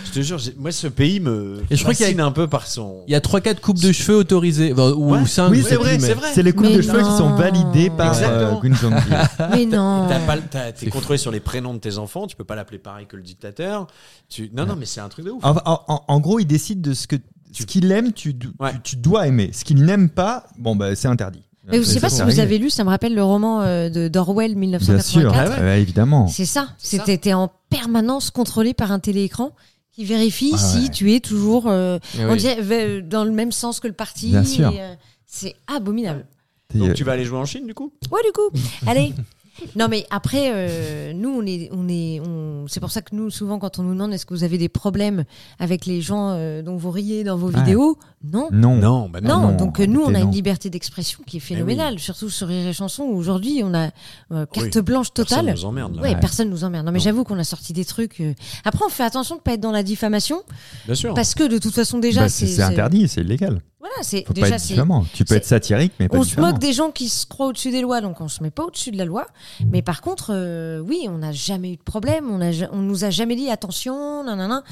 S4: Je te jure, j'ai- moi ce pays me
S5: Et je crois qu'il y a-
S4: fascine un peu par son.
S5: Il y a 3-4 coupes de cheveux autorisées. Enfin, ou
S4: Ouais.
S5: 5.
S3: Oui, c'est vrai,
S4: c'est vrai.
S3: C'est les coupes
S1: Mais
S3: de cheveux qui sont
S1: non.
S3: validées par
S4: Exactement.
S3: euh, Queen Jong
S4: [laughs]
S1: Mais non.
S4: T'as pas le- t'as- T'es
S5: C'est
S4: contrôlé sur les prénoms de tes enfants, tu peux pas l'appeler pareil que le dictateur. Tu... Non, non, mais c'est un truc de ouf.
S3: En, en- en- en gros, il décide de ce que ce qu'il aime, tu, tu-
S4: Ouais.
S3: tu dois aimer. Ce qu'il n'aime pas, bon bah c'est interdit.
S1: Mais je sais
S3: C'est
S1: pas si
S3: ça,
S1: vous
S3: c'est
S1: avez lu, ça me rappelle le roman euh, de d'Orwell
S3: Bien sûr,
S1: 1984.
S3: Ah ouais, évidemment.
S1: C'est ça.
S4: C'est ça.
S1: C'était t'es en permanence contrôlé par un téléécran qui vérifie
S3: Ah
S1: si
S3: ouais. Eh
S1: tu es toujours euh,
S5: Ah
S1: on
S5: oui.
S1: dirait, euh, dans le même sens que le parti.
S3: Bien sûr.
S1: et, euh, c'est abominable.
S4: Donc
S3: Et,
S4: tu vas aller jouer en Chine du coup
S1: Ouais, du coup.
S3: [laughs]
S1: Allez. Non, mais après, euh, nous, on est, on est, on- c'est pour ça que nous, souvent, quand on nous demande est-ce que vous avez des problèmes avec les gens euh, dont vous riez dans vos
S3: Ouais.
S1: vidéos, non.
S3: Non.
S4: Non, bah
S1: Non,
S3: non,
S1: donc euh, nous, on
S3: arrêtez,
S1: a
S3: non. Eh
S1: une liberté d'expression qui est phénoménale, surtout sur Rire et Chanson, où aujourd'hui, on a euh, carte
S4: Oui.
S1: blanche
S4: Personne
S1: totale.
S4: nous emmerde là.
S1: Ouais,
S3: Ouais.
S1: personne nous emmerde. Non, mais
S4: Non.
S1: j'avoue qu'on a sorti des trucs. euh. Après, on fait attention de pas être dans la diffamation,
S4: Bien sûr.
S1: parce que de toute façon, déjà,
S3: Bah,
S1: c'est
S3: c'est c'est interdit, c'est illégal.
S1: Voilà, c'est
S3: Faut pas
S1: déjà
S3: être
S1: c'est.
S3: différent. Tu peux
S1: c'est-
S3: être satirique, mais pas
S1: On se
S3: différent.
S1: moque des gens qui se croient au-dessus des lois, donc on se met pas au-dessus de la loi. Mais par contre, euh, oui, on n'a jamais eu de problème. On, a, ja- on nous a jamais dit attention, nanana.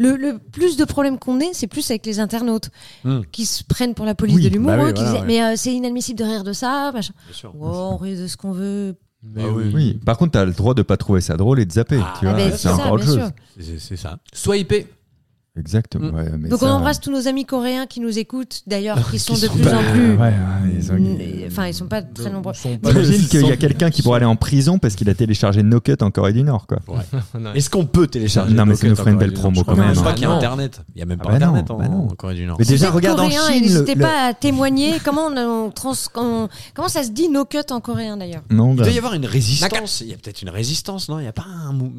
S1: Le, le plus de problèmes qu'on ait, c'est plus avec les internautes
S4: Hmm.
S1: qui se prennent pour la police
S3: Oui,
S1: de l'humour,
S4: bah oui,
S1: qui
S4: voilà,
S1: disent,
S4: ouais.
S1: mais euh, c'est inadmissible de rire de ça. Machin.
S4: Bien sûr.
S1: Oh, on rit de ce qu'on veut.
S5: Mais
S4: Ah oui.
S3: Oui. Par contre, tu as le droit de pas trouver ça drôle et de zapper.
S4: Ah,
S3: tu
S1: Ah
S3: vois,
S1: ben,
S4: c'est
S3: c'est encore autre
S1: bien
S3: chose.
S1: sûr.
S4: C'est c'est ça.
S5: Swipez.
S3: Exactement.
S5: Mm.
S3: ouais, mais
S1: Donc
S3: ça-
S1: on embrasse tous nos amis coréens qui nous écoutent, d'ailleurs, qui sont de
S4: sont
S1: plus
S4: pas-
S1: en
S3: Bah, Ouais,
S1: plus.
S3: ouais, ils ont-
S1: Enfin, ils sont pas très nombreux.
S5: [laughs]
S3: J'imagine qu'il y a quelqu'un qui pourrait aller en prison parce qu'il a téléchargé No Cut en Corée du Nord, quoi.
S4: Est-ce qu'on peut télécharger
S3: Non, mais
S4: nos
S3: ça nous
S4: codes
S3: ferait une
S4: en Corée
S3: belle
S4: du
S3: promo
S4: Nord Je
S3: quand
S4: crois
S5: même,
S4: même pas
S5: hein.
S4: qu'il y a
S5: Ah non.
S4: Internet. Il n'y a même pas
S3: bah non,
S4: Internet en-
S3: bah non.
S4: en Corée du Nord.
S3: Mais déjà,
S1: Vous êtes
S3: regarde en
S1: coréen,
S3: Chine. le-
S1: N'hésitez
S3: le-
S1: pas à témoigner. Comment, on, on trans, on- comment ça se dit no cut en coréen d'ailleurs
S3: Non,
S4: Il
S3: bah,
S4: doit y avoir une résistance. Il y a peut-être une résistance, non Il n'y a pas un, mou-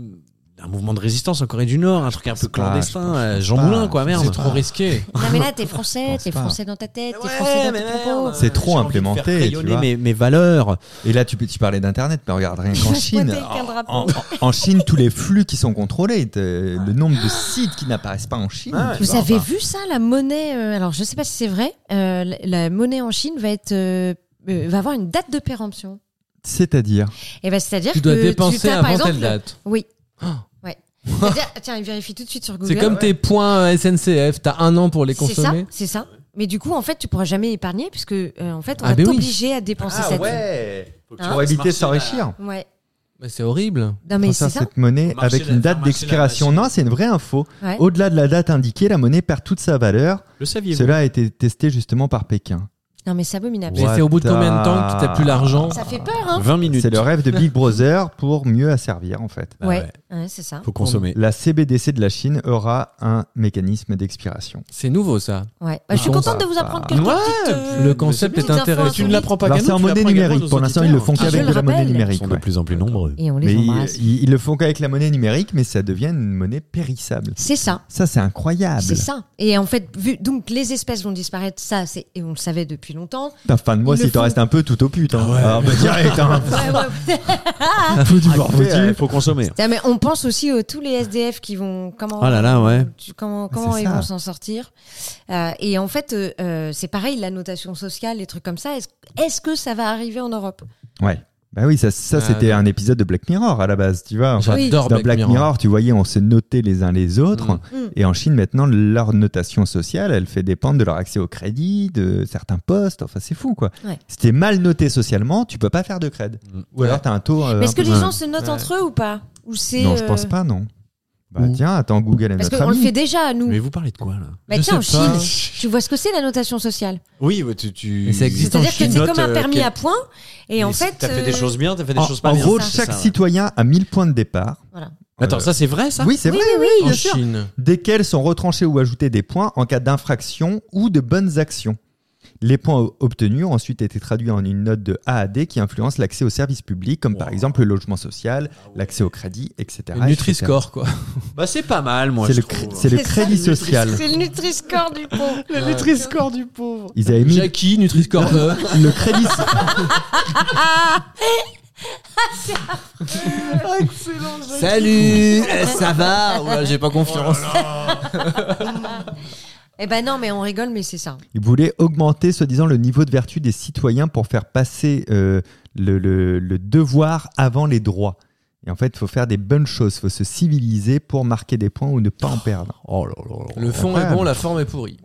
S4: un mouvement de résistance en Corée du Nord, un truc un peu
S3: pense pas, je
S4: clandestin.
S3: pense
S4: euh, Jean
S3: pas.
S4: Moulin, quoi, merde.
S5: C'est trop risqué.
S1: Non mais là, t'es français,
S3: pense
S1: t'es
S3: pas.
S1: français dans ta tête, t'es
S4: Ouais,
S1: français dans
S4: mais
S1: tes
S4: merde.
S1: propos.
S3: C'est trop
S4: J'ai envie de faire
S3: implémenté, tu
S4: rayonner
S3: vois.
S4: mes, mes valeurs.
S3: Et là, tu, peux- tu parlais d'Internet, mais regarde rien qu'en Chine.
S1: [laughs]
S3: Oh,
S1: Ouais, t'as aucun drapeau.
S3: En, en- en Chine, tous les flux qui sont contrôlés, t'es- le nombre de sites qui n'apparaissent pas en Chine.
S4: Ah ouais.
S3: tu
S1: Vous
S3: vois,
S1: avez
S3: enfin,
S1: vu ça, la monnaie euh, Alors, je sais pas si c'est vrai. euh, la, la monnaie en Chine va être euh, euh, va avoir une date de péremption.
S3: C'est-à-dire
S1: Et ben, c'est-à-dire
S5: Tu
S1: que
S5: dois dépenser
S1: t'as, par
S5: avant
S1: exemple,
S5: telle date.
S1: Oui.
S5: Ah.
S1: Ouais. C'est-à-dire- tiens, il vérifie tout de suite sur Google.
S5: C'est comme tes points euh, SNCF. T'as un an pour les
S1: C'est ça,
S5: consommer.
S1: c'est ça. Mais du coup, en fait, tu pourras jamais épargner puisque euh, en fait, on
S5: Ah,
S1: va
S5: ben oui.
S1: t'obliger à
S2: Ah
S1: dépenser cette.
S4: ouais
S1: Hein
S3: Pour éviter de s'enrichir.
S1: Ouais.
S5: Mais C'est horrible.
S1: Non mais c'est
S3: Transfère
S1: ça.
S3: cette monnaie
S4: Marcher
S3: avec
S4: la-
S3: une
S4: faire
S3: date
S4: marcher la
S3: d'expiration.
S4: machine.
S3: Non, c'est une vraie info.
S1: Ouais.
S3: Au-delà de la date indiquée, la monnaie perd toute sa valeur.
S4: Le saviez-vous
S3: Cela a été testé justement par Pékin.
S1: Non mais c'est abominable.
S5: Mais
S3: What
S5: c'est au bout de combien de temps que
S3: the-
S5: t'as plus l'argent
S1: Ça fait peur, hein
S4: 20 minutes.
S3: C'est le rêve de Big Brother pour mieux asservir en fait.
S4: Bah
S1: ouais.
S4: ouais.
S1: Ouais, c'est ça.
S4: Faut consommer.
S3: La CBDC de la Chine aura un mécanisme d'expiration.
S5: C'est nouveau ça.
S1: Ouais. Bah, je suis
S5: Ah,
S1: contente
S3: ça
S1: de vous
S3: va.
S1: apprendre quelques
S5: Ouais,
S1: petites. euh,
S5: le concept
S1: petites
S5: est
S1: infos
S5: intéressant.
S1: insolites.
S5: Tu ne l'apprends
S3: Alors c'est en monnaie numérique. Pour l'instant, ils le font
S1: auditeurs.
S3: qu'avec
S1: Ah, Je
S3: de
S1: le
S3: la monnaie
S1: rappelle.
S3: numérique.
S4: sont de
S3: ouais.
S4: plus en plus nombreux.
S1: Et on les
S3: Mais
S1: embrasse.
S3: ils, ils- ils le font qu'avec la monnaie numérique, mais ça devient une monnaie périssable.
S1: C'est ça.
S3: Ça, c'est
S5: Ah,
S3: incroyable.
S1: C'est ça. Et en fait, vu, donc les espèces vont disparaître, ça, c'est, et on le savait depuis
S5: [laughs]
S1: longtemps.
S3: Putain, fin de mois,
S1: Ils
S3: si
S1: le
S3: t'en
S1: font.
S3: restes un peu, tout au pute. hein.
S4: Ah ouais.
S3: Ah bah, direct, hein.
S1: Ouais, ouais.
S3: Faut du
S4: Faut,
S3: forfait, euh,
S4: faut consommer.
S1: Tiens, mais on pense aussi à tous les SDF qui vont comment
S4: Oh là là, ouais.
S1: tu- comment comment
S3: c'est
S1: ils
S3: ça.
S1: vont s'en sortir. Euh, et en fait, euh, euh, c'est pareil, la notation sociale, les trucs comme ça. Est-ce, est-ce que ça va arriver en Europe
S3: Ouais. Bah oui, ça, ça
S5: Ah,
S3: c'était
S5: ouais.
S3: un épisode de Black Mirror à la base, tu vois. Enfin,
S1: Oui.
S5: J'adore
S3: dans Black, Mirror. tu voyais, on se notait les uns les autres.
S5: Mm.
S1: Mm.
S3: Et en Chine, maintenant, leur notation sociale, elle fait dépendre de leur accès au crédit, de certains postes. Enfin, c'est fou, quoi.
S1: Ouais.
S3: Si t'es mal noté socialement, tu peux pas faire de crédit.
S4: Mm.
S3: Ou alors t'as un taux. euh,
S1: Mais est-ce que
S3: un peu-
S1: les gens se notent
S5: Ouais.
S1: entre eux ou pas Ou c'est
S3: Non, je
S1: euh,
S3: pense pas, non. Bah
S4: Ou-
S3: tiens, attends, Google est
S1: Parce
S3: notre
S1: qu'on le
S3: ami.
S1: fait déjà, nous.
S4: Mais vous parlez de quoi là
S1: Bah
S5: Je
S1: tiens, en
S5: sais pas.
S1: Chine, tu vois ce que c'est la notation sociale.
S4: Oui, ouais, tu. tu-
S5: Mais ça existe en
S1: C'est-à-dire que
S5: Chine,
S1: c'est
S4: note,
S1: comme un
S4: euh,
S1: permis
S4: quel-
S1: à points. Et en
S4: Mais si
S1: fait.
S4: T'as fait des
S1: euh,
S4: choses bien, t'as fait des
S3: En,
S4: choses pas
S3: en
S4: bien.
S3: gros,
S4: C'est
S3: chaque
S4: ça, ouais.
S3: citoyen a 1000 points de départ.
S1: Voilà.
S4: Attends,
S3: Euh,
S4: ça c'est vrai ça
S3: oui, c'est vrai, oui,
S5: en
S3: bien sûr.
S5: Chine.
S3: desquels sont retranchés ou ajoutés des points en cas d'infraction ou de bonnes actions. Les points o- obtenus ont ensuite été traduits en une note de A à D qui influence l'accès aux services publics, comme par
S4: Wow.
S3: exemple le logement social, l'accès au crédit, etc.
S5: Le Nutri-Score, quoi.
S4: Bah Ah c'est pas mal, moi.
S3: C'est
S4: je
S3: le,
S4: trouve.
S3: cré- c'est le
S1: C'est ça,
S3: crédit
S1: le
S3: social.
S1: C'est le Nutri-Score du pauvre.
S5: Ouais.
S4: Nutri-Score du pauvre.
S3: Ils avaient mis
S5: Jackie,
S4: [laughs]
S5: Nutri-Score [laughs] E.
S3: le crédit.
S5: Salut, Eh, ça va Ouais, J'ai pas confiance.
S1: Eh ben non, mais on rigole, mais c'est ça.
S3: Ils voulaient augmenter, soi-disant, le niveau de vertu des citoyens pour faire passer euh, le, le- le devoir avant les droits. Et en fait, il faut faire des bonnes choses, il faut se civiliser pour marquer des points ou ne pas en perdre.
S4: Oh là là là.
S5: Le fond est
S3: Incroyable.
S5: bon, la forme est pourrie.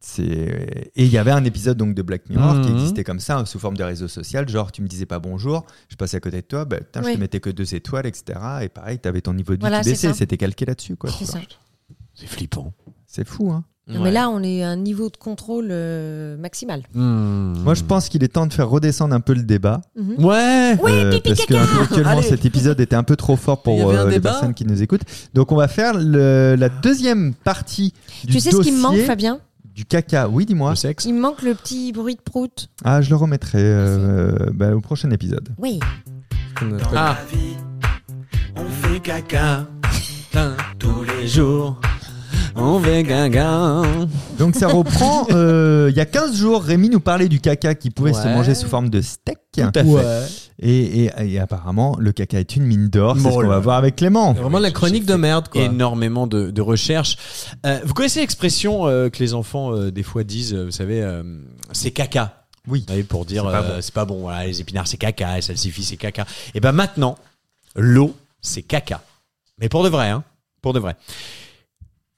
S3: C'est- Et il y avait un épisode donc de Black Mirror
S1: Mmh.
S3: qui
S4: Mhm.
S3: existait comme ça, sous forme de réseau social. Genre, tu me disais pas bonjour, je passais à côté de toi, bah, putain, je
S1: Oui.
S3: te mettais que deux étoiles, etc. Et pareil, t'avais ton niveau de vie
S1: Voilà,
S3: qui
S1: c'est
S3: baissait,
S1: ça.
S3: c'était calqué là-dessus. quoi. tu
S1: C'est
S3: vois.
S1: ça.
S4: C'est flippant.
S3: C'est fou. Hein
S1: Non,
S5: Ouais.
S1: Mais là, on est à un niveau de contrôle euh, maximal.
S4: Hmm.
S3: Moi,
S1: Mmh.
S3: je pense qu'il est temps de faire redescendre un peu le débat.
S1: Mhm.
S4: Ouais.
S3: euh, parce que intellectuellement,
S4: Allez.
S3: cet épisode était un peu trop fort
S5: Il y
S3: pour
S5: avait un
S3: euh, les
S5: débat.
S3: personnes qui nous écoutent. Donc, on va faire le- la deuxième partie du
S1: Tu sais ce qui me manque,
S3: dossier
S1: Fabien
S3: du caca. Oui, dis-moi.
S4: Le sexe.
S1: Il me manque le petit bruit de prout.
S3: Ah, je le remettrai euh, bah, au prochain épisode.
S1: Oui.
S5: Ah,
S4: la vie, on fait caca. hein, Tous les jours, on fait caca.
S3: Donc ça reprend, [laughs] euh, il y a 15 jours, Rémi nous parlait du caca qui pouvait se
S4: Ouais.
S3: manger sous forme de steak.
S5: ouais.
S3: Et, et- et apparemment, le caca est une mine d'or, c'est
S4: Bon
S3: ce qu'on
S4: Oh là
S3: va
S4: là.
S3: voir avec Clément.
S5: C'est vraiment de la chronique de merde, quoi.
S4: Énormément de, de recherches. Euh, vous connaissez l'expression euh, que les enfants euh, des fois disent, euh, vous savez, euh, c'est caca.
S3: Oui.
S4: Vous savez, pour dire
S3: C'est pas
S4: euh, c'est pas, bon, voilà, les épinards c'est caca, les salsifis c'est caca. Et ben maintenant, l'eau c'est caca. Mais pour de vrai, hein, pour de vrai.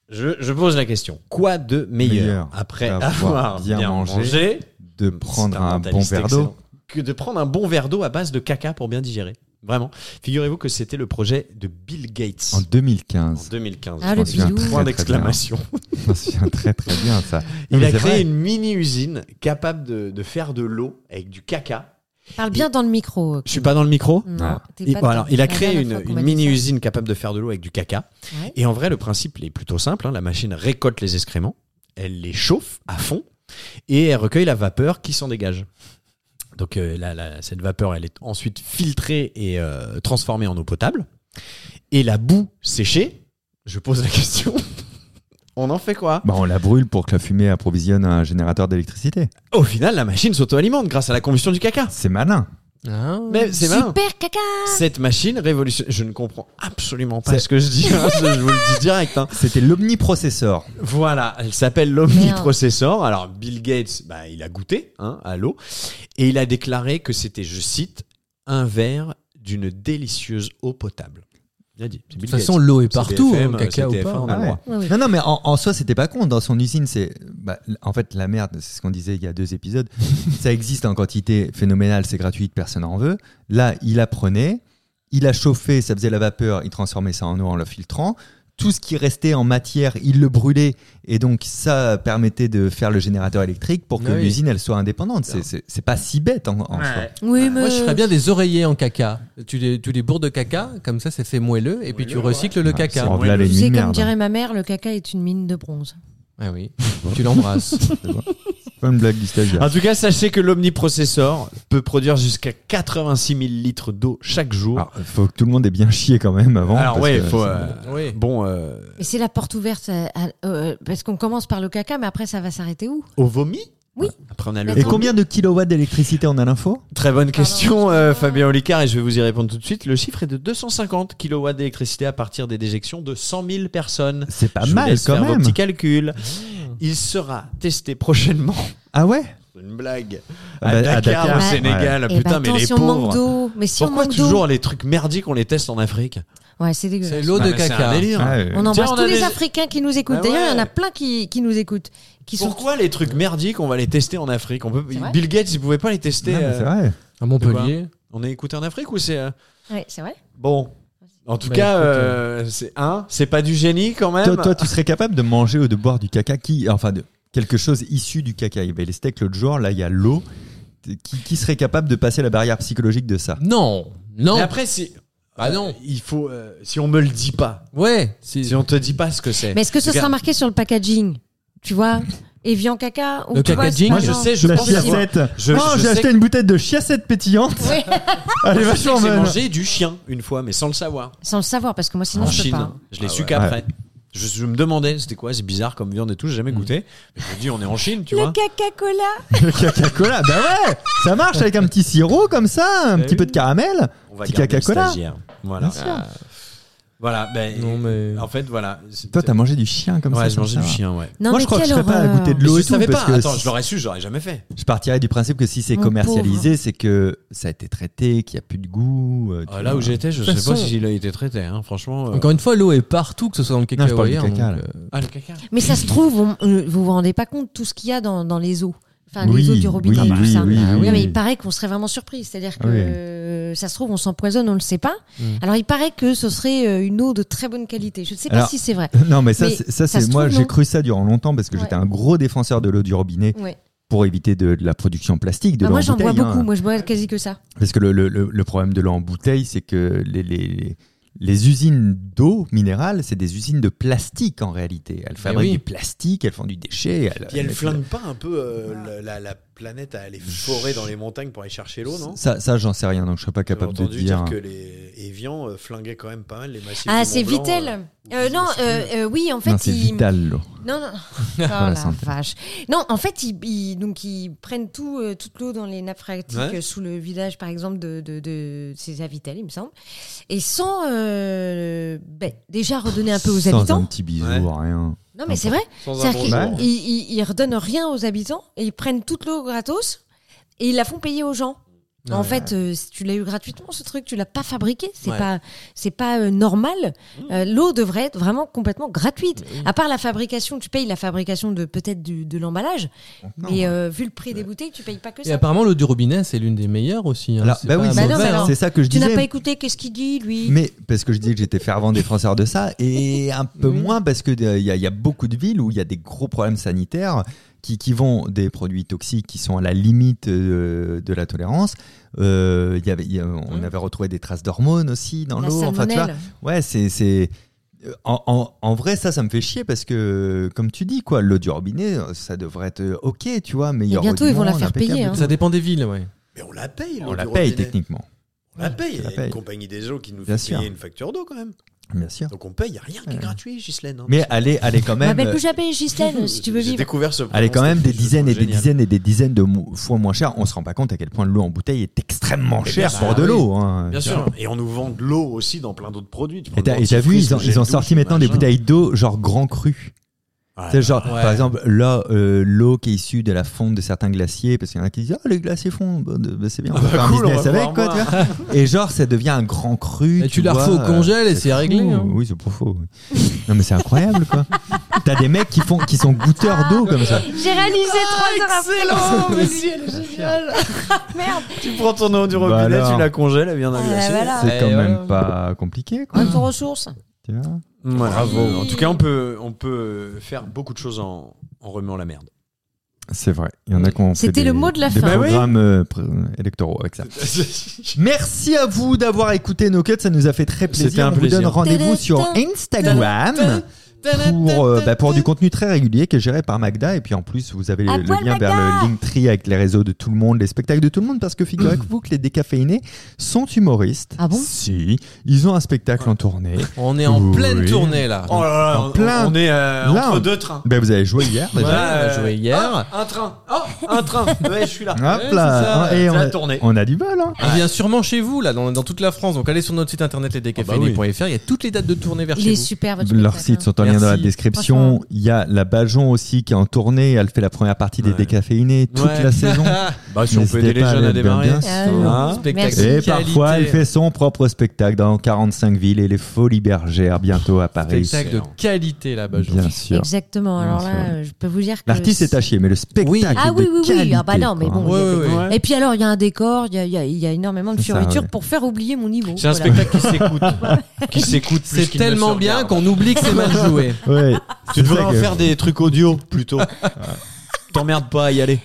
S4: Je, je pose la question. Quoi de meilleur,
S3: Meilleur,
S4: après
S3: avoir
S4: avoir
S3: bien
S4: bien,
S3: mangé,
S4: mangé
S3: De
S4: c'est
S3: prendre un bon
S4: mentaliste
S3: verre
S4: excellent.
S3: d'eau.
S4: Que de prendre un bon verre d'eau à base de caca pour bien digérer. Vraiment. Figurez-vous que c'était le projet de Bill Gates
S3: En
S4: en,
S3: 2015.
S4: 2015.
S1: Ah,
S3: Je m'en
S1: le
S3: souviens
S1: bilou.
S3: très,
S4: Point
S3: très
S4: d'exclamation.
S3: bien. [laughs] Je m'en souviens très très bien ça. Non,
S4: Il
S3: mais
S4: a
S3: c'est
S4: créé
S3: vrai.
S4: une mini-usine capable de, de faire de l'eau avec du caca.
S1: Parle bien dans le micro.
S4: Je suis pas dans le micro
S1: Non, t'es
S4: Il,
S1: Mm. pas
S4: bon, alors,
S1: dedans.
S4: il a
S1: La
S4: créé
S1: dernière
S4: une,
S1: fois qu'on
S4: une
S1: m'a dit ça.
S4: mini-usine capable de faire de l'eau avec du caca.
S1: Ouais.
S4: Et en vrai, le principe est plutôt simple. hein. La machine récolte les excréments, elle les chauffe à fond et elle recueille la vapeur qui s'en dégage. Donc euh, là, là, cette vapeur, elle est ensuite filtrée et euh, transformée en eau potable. Et la boue séchée, je pose la question, [laughs] on en fait quoi
S3: Bah, on la brûle pour que la fumée approvisionne un générateur d'électricité.
S4: Au final, la machine s'auto-alimente grâce à la combustion du caca.
S3: C'est malin.
S5: Ah.
S4: Mais c'est hein marrant.
S1: Super caca
S4: Cette machine révolutionne. Je ne comprends absolument pas ce que je dis. hein. je je vous le dis direct. hein.
S3: C'était l'omniprocesseur.
S4: Voilà, elle s'appelle l'omniprocessor. Alors Bill Gates, bah, il a goûté hein, à l'eau et il a déclaré que c'était, je cite, un verre d'une délicieuse eau potable. Bien dit.
S5: De toute façon, l'eau est partout, hein, caca ou pas.
S4: on a le
S3: Ah ouais.
S4: droit.
S1: Ouais, ouais.
S3: Non, non, mais en, en soi, c'était pas con. Dans son usine, c'est. bah, en fait, la merde, c'est ce qu'on disait il y a deux [laughs] épisodes. ça existe en quantité phénoménale, c'est gratuit, personne en veut. Là, il la prenait, il a chauffé, ça faisait la vapeur, il transformait ça en eau en la filtrant. Tout ce qui restait en matière, il le brûlait. Et donc, ça permettait de faire le générateur électrique pour que
S5: Ah oui.
S3: l'usine, elle soit indépendante. C'est- C'est c'est pas si bête en, en soi.
S1: Oui, mais. euh,
S5: Moi, je
S4: Euh.
S5: ferais bien des oreillers en caca. Tu les, tu les bourres de caca, comme ça, ça fait moelleux, et puis tu recycles le
S3: Ah,
S5: caca.
S3: c'est- voilà les
S1: Tu sais,
S3: mines
S1: comme
S3: merdes.
S1: dirait ma mère, le caca est une mine de bronze.
S5: Ah
S3: [laughs]
S5: oui. tu l'embrasses.
S3: Pas une blague du stagiaire.
S4: En tout cas, sachez que l'omniprocessor peut produire jusqu'à 86 000 litres d'eau chaque jour.
S3: Alors, faut que tout le monde ait bien chié quand même avant.
S4: Ah, Alors
S3: Ah, parce
S4: ouais,
S3: que
S4: faut.
S3: c'est-
S4: euh,
S5: oui.
S4: Bon, euh,
S1: Et c'est la porte ouverte à- à- euh, parce qu'on commence par le caca, mais après ça va s'arrêter où
S4: au vomi.
S1: Oui.
S4: Après, on a le.
S3: Et
S4: vomi.
S3: combien de kilowatts d'électricité on a l'info
S4: Très bonne
S1: Pardon,
S4: question,
S1: excuse-moi.
S4: euh, Fabien Olicard, et je vais vous y répondre tout de suite. Le chiffre est de 250 kW d'électricité à partir des déjections de 100 000 personnes.
S3: C'est pas
S4: je vous
S3: mal
S4: laisse
S3: quand Mmh.
S4: faire
S3: même.
S4: vos petits calculs. Il sera testé prochainement
S3: Ah ouais
S4: C'est [laughs] une blague.
S3: Ah
S4: À,
S3: bah, à
S4: Dakar,
S3: Dakar,
S4: au
S1: ouais.
S4: Sénégal,
S1: Eh
S4: putain,
S1: ben,
S4: mais
S1: attends,
S4: les
S1: si on manque
S4: pauvres.
S1: d'eau, mais si on
S4: Pourquoi
S1: manque
S4: toujours
S1: d'eau,
S4: les trucs merdiques on les teste en Afrique
S1: ouais, c'est
S5: C'est
S1: dégueulasse.
S5: l'eau
S4: Non,
S5: de
S4: mais c'est
S5: caca.
S4: un délire.
S3: Ah, ouais.
S1: On embrasse
S4: Tiens, on a
S1: tous les
S4: des-
S1: Africains qui nous écoutent.
S4: Ah
S1: D'ailleurs, il y en
S4: ouais.
S1: a plein qui, qui nous écoutent, qui sont
S4: Pourquoi les trucs merdiques on va les tester en Afrique on peut...
S1: C'est vrai
S4: Bill Gates il pouvait pas les tester.
S3: Non, mais
S4: euh,
S3: c'est vrai.
S5: À Montpellier.
S4: On est écouté en Afrique ou c'est euh,
S1: Ouais, c'est vrai.
S4: bon En tout
S5: Bah,
S4: cas,
S5: écoute,
S4: euh, c'est un. C'est pas du génie quand même. euh,
S3: Toi, toi, tu serais capable de manger ou de boire du caca qui, enfin, de quelque chose issu du caca. Il y avait les steaks l'autre jour, là, il y a l'eau. Qui, qui serait capable de passer la barrière psychologique de ça
S5: Non,
S4: Mais
S5: non.
S4: après, si.
S5: Ah non.
S4: Il faut. euh, si on me le dit pas.
S5: Ouais. c'est-
S4: Bah, Si on te dit pas ce que c'est.
S1: Mais est-ce que ce
S4: Regarde.
S1: sera marqué sur le packaging Tu vois Evian caca ou
S5: Le
S1: tu vois, c'est
S5: packaging,
S1: pas
S5: moi, je
S1: genre-
S4: sais, je
S3: La
S4: pense qu'il y a-
S3: chiassette
S4: Je-
S3: Oh,
S4: je
S3: j'ai
S4: sais
S3: acheté
S4: que-
S3: une bouteille de chiassette pétillante
S1: Ouais.
S3: Elle est
S4: Je sais
S3: vachement
S4: que j'ai
S3: bonne
S4: mangé du chien une fois, mais sans le savoir.
S1: Sans le savoir, parce que moi sinon
S4: en
S1: je peux
S4: Chine.
S1: pas.
S4: Je l'ai
S3: Ah
S4: su
S3: ouais. Mm.
S4: qu'après. Je, je me demandais c'était quoi, c'est bizarre comme viande et tout, j'ai jamais goûté. Mais je me dis, on est en Chine, tu vois.
S1: caca-cola
S3: Le Coca-Cola, bah ouais Ça marche avec un petit sirop comme ça, un
S4: Bah
S3: petit peu
S4: oui.
S3: de caramel.
S4: On va
S3: Petit
S4: garder le
S3: Coca-Cola.
S4: stagiaire. Voilà. Ah. Voilà, ben.
S5: Non, mais.
S4: En fait, voilà. C'est-
S3: Toi, t'as mangé du chien comme ça
S4: Ouais, je
S3: comme
S4: mangeais
S3: ça.
S4: du chien, ouais.
S1: Non,
S3: Moi,
S1: mais
S3: je crois que je
S1: quelle
S3: serais pas à
S1: horreur.
S3: goûter de
S4: Mais
S3: l'eau
S4: je
S3: et tout,
S4: savais
S3: parce
S4: pas.
S3: que
S4: Attends,
S3: si-
S4: je l'aurais su, je l'aurais jamais fait.
S3: Je partirais du principe que si c'est
S1: Mon
S3: commercialisé, c'est que ça a été traité, qu'il n'y a plus de goût. euh, tu
S4: Ah, là
S3: vois.
S4: où j'étais, je
S5: De toute
S4: sais pas
S5: façon-
S4: s'il a été traité, hein, franchement. euh.
S5: Encore une fois, l'eau est partout, que ce soit dans le caca
S3: Non, je
S5: ou
S3: parle du
S5: ailleurs.
S3: caca,
S5: donc,
S3: là.
S5: euh,
S4: Ah, le caca.
S1: Mais ça se trouve, on- euh, vous vous rendez pas compte tout ce qu'il y a dans, dans les eaux. Enfin,
S3: Oui,
S1: les eaux du robinet,
S3: oui,
S1: tout
S3: oui,
S1: ça.
S3: oui,
S1: Non,
S3: oui.
S1: mais il paraît qu'on serait vraiment surpris. C'est-à-dire que
S3: Oui.
S1: euh, ça se trouve, on s'empoisonne, on le sait pas.
S5: Mm.
S1: Alors, il paraît que ce serait euh, une eau de très bonne qualité. Je ne sais pas
S3: Alors-
S1: si c'est vrai.
S3: [laughs] Non, mais ça,
S1: Mais
S3: c'est- ça,
S1: ça
S3: c'est
S1: se
S3: moi,
S1: trouve,
S3: j'ai
S1: non
S3: cru ça durant longtemps parce que
S1: Ouais.
S3: j'étais un gros défenseur de l'eau du robinet
S1: Ouais.
S3: pour éviter de, de la production plastique de
S1: Bah,
S3: l'eau
S1: moi,
S3: en
S1: j'en bois
S3: bouteille, hein.
S1: beaucoup. Moi, je bois quasi que ça.
S3: Parce que le, le- le- le problème de l'eau en bouteille, c'est que les, les, les usines d'eau minérale, c'est des usines de plastique en réalité. Elles fabriquent
S5: oui.
S3: du plastique, elles font du déchet. Elles,
S4: Puis elle
S3: elles-
S4: flingue pas un peu euh, la, la- la planète à aller forer dans les montagnes pour aller chercher l'eau, non
S3: Ça, ça j'en sais rien, donc je serais pas
S4: J'avais
S3: capable de
S4: entendu
S3: dire.
S4: que les Evian euh, flinguaient quand même pas mal les massifs.
S1: Ah,
S4: du
S1: c'est
S4: Mont Blanc,
S1: Vitel.
S4: euh,
S1: Euh,
S4: ou-
S1: non,
S4: je sais
S1: euh,
S4: plus.
S1: euh, oui, en fait,
S3: non, c'est
S1: il-
S3: vital l'eau.
S1: Non,
S3: [laughs]
S1: non. Oh
S3: la
S1: la
S3: santé.
S1: vache. Non, en fait, ils, ils- donc, ils prennent tout, euh, toute l'eau dans les nappes phréatiques
S4: Ouais.
S1: euh, sous le village, par exemple, de, de, de ces Avitel, il me semble. Et sans euh, ben, déjà redonner un peu aux
S3: Sans un
S1: habitants.
S3: petit bisou,
S4: Ouais.
S3: rien.
S1: Non, mais c'est vrai.
S4: Sans un
S1: C'est-à-dire qu'ils
S4: bonjour.
S3: bonjour.
S1: ils, ils- ils redonnent rien aux habitants et ils prennent toute l'eau gratos et ils la font payer aux gens. En
S5: Ouais.
S1: fait, euh, si tu l'as eu gratuitement ce truc, tu l'as pas fabriqué, c'est
S4: Ouais.
S1: pas c'est pas euh, normal. Euh, L'eau devrait être vraiment complètement gratuite. À part la fabrication, tu payes la fabrication de peut-être du- de l'emballage, mais euh, vu le prix des bouteilles, tu payes pas que
S5: Et
S1: ça.
S5: apparemment, l'eau du robinet, c'est l'une des meilleures aussi. hein.
S3: Alors,
S5: C'est
S3: bah
S5: pas
S3: oui,
S1: Bah non,
S5: mauvais,
S1: mais
S5: hein.
S1: alors-
S3: c'est ça que je
S1: Tu n'as
S3: disais.
S1: pas écouté qu'est-ce qu'il dit lui
S3: Mais parce que je disais que j'étais fervent défenseur de ça, et un peu
S5: Oui.
S3: moins parce que euh, il y, a- il y a beaucoup de villes où il y a des gros problèmes sanitaires qui, qui vont des produits toxiques qui sont à la limite euh, de la tolérance. Euh, il y avait- il y a- on
S5: Mm.
S3: avait retrouvé des traces d'hormones aussi dans
S1: Mmh. La
S3: l'eau. Enfin, tu vois,
S1: salmonelle.
S3: ouais, c'est c'est euh, en, en- en vrai ça, ça me fait chier parce que comme tu dis quoi, l'eau du robinet, euh, ça devrait être euh, ok, tu vois, mais il y
S1: Et
S3: aura
S1: bientôt,
S3: du
S1: ils vont la
S3: monde,
S1: faire
S3: impeccable
S1: payer,
S3: et
S1: hein.
S3: tout.
S5: Ça dépend des villes, ouais.
S4: Mais on la paye, l'eau
S3: On la
S4: du
S3: paye
S4: robinet.
S3: techniquement,
S4: On la paye. Il y
S3: la
S4: a
S3: paye.
S4: une compagnie des eaux qui nous
S3: Bien
S4: fait
S3: sûr.
S4: payer une facture d'eau quand même.
S3: bien sûr.
S4: Donc on paye, il n'y a rien qui est
S3: Ouais.
S4: gratuit, Ghislaine. hein.
S3: Mais allez, allez quand
S1: Ma
S3: même.
S1: belle
S3: euh,
S1: Boujabé,
S4: [laughs]
S1: Ghislaine, si tu veux
S4: J'ai
S1: vivre.
S4: découvert ce
S3: Elle est quand même des
S4: pronostic, je
S3: dizaines et
S4: trouve
S3: des
S4: génial.
S3: dizaines et des dizaines de mo- fois moins cher. On se rend pas compte à quel point l'eau en bouteille est extrêmement
S4: bien
S3: chère
S4: sûr,
S3: pour de
S4: oui.
S3: l'eau. hein.
S4: Bien sûr. Et on nous vend de l'eau aussi dans plein d'autres produits. Tu prends
S3: Et t'as
S4: de
S3: et t'as vu,
S4: l'antifrice,
S3: ils ont,
S4: le
S3: ils
S4: gel
S3: ont
S4: douche,
S3: sorti
S4: le
S3: maintenant des
S4: machin.
S3: bouteilles d'eau genre grand cru.
S4: Ah, Ouais.
S3: C'est genre,
S5: ouais.
S3: par exemple, là, euh, l'eau qui est issue de la fonte de certains glaciers, parce qu'il y en a qui disent Ah, les glaciers fondent, Bon, de- bah, c'est bien, on
S4: Ah
S3: va
S4: bah
S3: faire
S4: cool, on
S3: un business
S4: va
S3: avec,
S4: pouvoir
S3: quoi, tu vois. Et genre, ça devient un grand cru.
S5: Et tu la
S3: vois,
S5: refais au
S3: euh,
S5: congèle et c'est réglé,
S3: fou.
S5: hein.
S3: Oui, c'est pas faux. oui. Non, mais c'est incroyable, quoi. T'as des mecs qui, font, qui sont goûteurs d'eau comme ça.
S1: J'ai réalisé trois heures après.
S4: Excellent, mais
S1: [laughs]
S4: si, elle est géniale.
S1: Merde.
S4: Tu prends ton eau du
S3: Bah
S4: robinet,
S3: alors.
S4: tu la congèles, elle vient d'un
S1: Ah,
S4: glacier.
S1: voilà.
S3: C'est quand
S5: Et
S3: même
S5: voilà.
S3: pas compliqué, quoi.
S1: Retour aux sources.
S3: tu vois.
S4: Voilà.
S1: Bravo.
S4: En tout cas, on peut, on peut faire beaucoup de choses en, en remuant la merde.
S3: C'est vrai. Il y en a qui ont fait
S1: C'était
S3: des-
S1: le mot de la
S3: des
S1: fin.
S3: programmes euh, pr- électoraux avec ça. [laughs] Merci à vous d'avoir écouté nos cuts, ça nous a fait très
S4: C'était
S3: plaisir.
S4: un
S3: On vous donne
S4: plaisir.
S3: rendez-vous sur Instagram pour, euh, bah, pour du contenu très régulier que géré par Magda. Et puis en plus, vous avez le,
S1: À
S3: le
S1: poil,
S3: lien vers le Linktree avec les réseaux de tout le monde, les spectacles de tout le monde, parce que [clears throat] figurez-vous que les décaféinés sont humoristes.
S1: Ah bon
S3: Si, ils ont un spectacle en tournée.
S5: On est en
S3: Oui.
S5: pleine tournée, là.
S4: Oh là là, on,
S3: plein.
S4: on est euh,
S3: Là, on-
S4: entre deux trains.
S3: Ben, vous avez joué hier
S5: Ouais,
S3: déjà.
S5: on a joué hier.
S4: Un, un train. Oh, un train. Ouais, je suis là.
S3: Hop
S5: Ouais,
S3: là,
S5: c'est ça,
S3: et
S4: c'est
S3: on,
S4: la
S3: a-
S4: tournée.
S3: on a du bol. hein.
S5: On vient sûrement chez vous, là, dans, dans toute la France. Donc allez sur notre site internet lesdécaféinés.fr. Il y a toutes les dates de tournée vers
S1: Il
S5: chez
S1: est
S5: vous.
S1: super votre
S3: Leurs
S1: spectacle,
S3: sites sont en
S5: Bah
S3: lien dans la
S4: Merci.
S3: description. Il y a la Bajon aussi qui est en tournée. Elle fait la première partie des
S4: Ouais.
S3: décaféinés toute
S5: Ouais.
S3: la
S5: [laughs]
S3: saison.
S4: Bah, [laughs] si on
S3: N'hésitez
S4: peut aider les
S3: pas à
S4: jeunes à
S3: aller bien,
S4: démarrer.
S3: bien
S1: sûr.
S4: Hein
S5: Spectacle.
S1: Merci.
S3: Et
S5: Qualité.
S3: parfois, elle fait son propre spectacle dans 45 villes et les Folies Bergères bientôt à Paris.
S5: Spectacle de
S4: Excellent.
S5: qualité là-bas, je
S3: Bien sûr.
S1: Exactement. Alors
S3: Bien
S1: là,
S3: sûr.
S1: euh, je peux vous dire que.
S3: L'artiste est à chier, mais le spectacle.
S5: Oui.
S3: est
S1: Ah oui,
S3: de
S1: oui, oui. Ah bah
S3: qualité,
S1: non, mais
S3: quoi.
S1: bon. il y
S5: Ouais,
S1: a
S5: ouais,
S1: des-
S5: ouais.
S1: Et puis alors, il y a un décor, il y a, il y a- il y a énormément de
S3: C'est ça,
S1: fioritures
S3: ouais.
S1: pour faire oublier mon niveau.
S4: C'est un
S1: Voilà.
S4: spectacle qui s'écoute. qui s'écoute plus
S5: C'est
S4: qu'il ne se
S5: tellement bien
S4: regarde.
S5: qu'on oublie que c'est mal
S1: [laughs]
S5: joué.
S3: Ouais.
S4: Tu
S3: C'est
S4: devrais
S3: ça
S4: en
S3: que-
S4: faire des trucs audio [laughs] plutôt. T'emmerdes pas à y aller.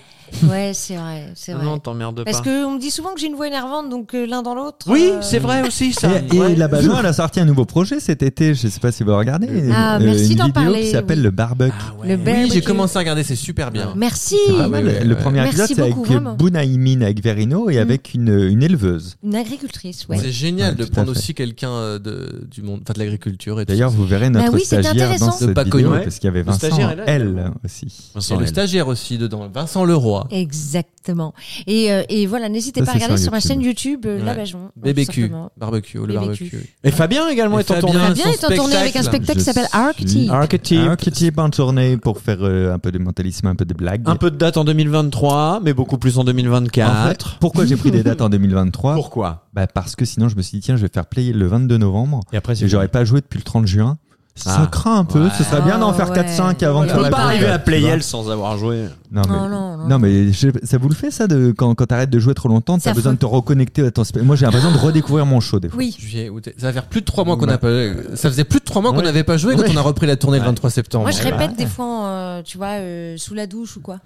S1: Ouais, c'est vrai, c'est
S5: Ah
S1: vrai.
S4: t'emmerdes
S1: Parce qu'on me dit souvent que j'ai une voix énervante, donc euh, l'un dans l'autre.
S4: Oui,
S1: euh,
S4: c'est vrai aussi ça.
S3: Et, et
S4: Ouais.
S3: la Bajon, elle a sorti un nouveau projet cet été. Je sais pas si vous regardez.
S1: Ah,
S3: euh,
S1: merci
S3: une
S1: d'en
S3: vidéo
S1: parler,
S3: qui s'appelle
S1: oui.
S3: le Barbuck.
S1: Le
S5: Ah Oui,
S1: barbecue.
S5: j'ai commencé à regarder, c'est super bien.
S1: Merci.
S3: C'est pas mal.
S5: oui, oui,
S3: le
S5: oui.
S3: premier
S1: Merci
S3: épisode, c'est avec
S1: beaucoup, Mm. vraiment.
S3: Bunaimin, avec Verino et avec une, une éleveuse.
S1: Une agricultrice, ouais.
S5: C'est génial
S3: Ouais,
S5: de
S3: tout à
S5: prendre
S3: fait.
S5: aussi quelqu'un euh, de, du monde, enfin de l'agriculture et tout
S3: D'ailleurs,
S5: ça.
S3: vous verrez notre
S1: Bah oui, c'était
S3: stagiaire dans
S1: intéressant.
S3: cette
S5: Pas
S3: vidéo,
S4: connu.
S3: parce qu'il y avait
S4: Le stagiaire
S3: Vincent,
S4: est là,
S3: elle
S4: évidemment.
S3: aussi.
S5: Il y a le stagiaire aussi dedans, Vincent Leroy.
S1: Exactement. Et, euh, et voilà, n'hésitez
S3: Ça,
S1: pas à
S3: c'est
S1: regarder
S3: sur
S1: sur ma
S3: YouTube.
S1: chaîne YouTube euh, La
S5: Ouais.
S1: Bajon. tout
S5: BBQ,
S1: simplement.
S5: barbecue, le
S1: BBQ.
S5: barbecue.
S4: Et Fabien également
S5: Et
S4: est en
S5: Fabien.
S4: tournée.
S1: Fabien
S5: son
S1: est en tournée avec un spectacle qui
S5: spectacle.
S3: Je
S1: s'appelle
S3: suis-
S1: Arctic.
S4: Archetype.
S3: Un petit en tournée pour faire euh, un peu de mentalisme, un peu de blague.
S4: Un peu de date en 2023, mais beaucoup plus en
S3: En
S4: 2024.
S3: fait, pourquoi j'ai pris des dates en 2023
S4: Pourquoi
S3: Bah, Parce que sinon, je me suis dit, tiens, je vais faire play le 22 novembre.
S4: Et après,
S3: Et j'aurais pas joué depuis le 30 juin. Ça
S4: Ah.
S3: craint un peu. Ce serait bien d'en
S1: Ah,
S3: faire
S1: ouais.
S3: 4-5 avant
S1: On
S3: de
S1: peut
S3: faire
S1: pas
S3: la
S1: arriver à
S3: période, tu vois.
S4: sans avoir joué.
S3: Non,
S1: Oh
S3: mais,
S1: Non, non, non.
S3: non, mais je- ça vous le fait ça de, quand, quand t'arrêtes de jouer trop longtemps,
S1: C'est
S3: t'as besoin
S1: affreux.
S3: de te reconnecter à ton spectacle. Moi j'ai l'impression de redécouvrir mon show des fois.
S1: Oui.
S5: Juillet, août, Ça va faire plus de trois mois qu'on
S3: Bah.
S5: n'a pas. Ça faisait plus de trois mois qu'on
S4: Ouais.
S5: n'avait pas joué quand
S4: Ouais.
S5: on a repris la tournée le 23 septembre.
S1: Moi, je répète des fois, euh, tu vois, euh, sous la douche ou quoi.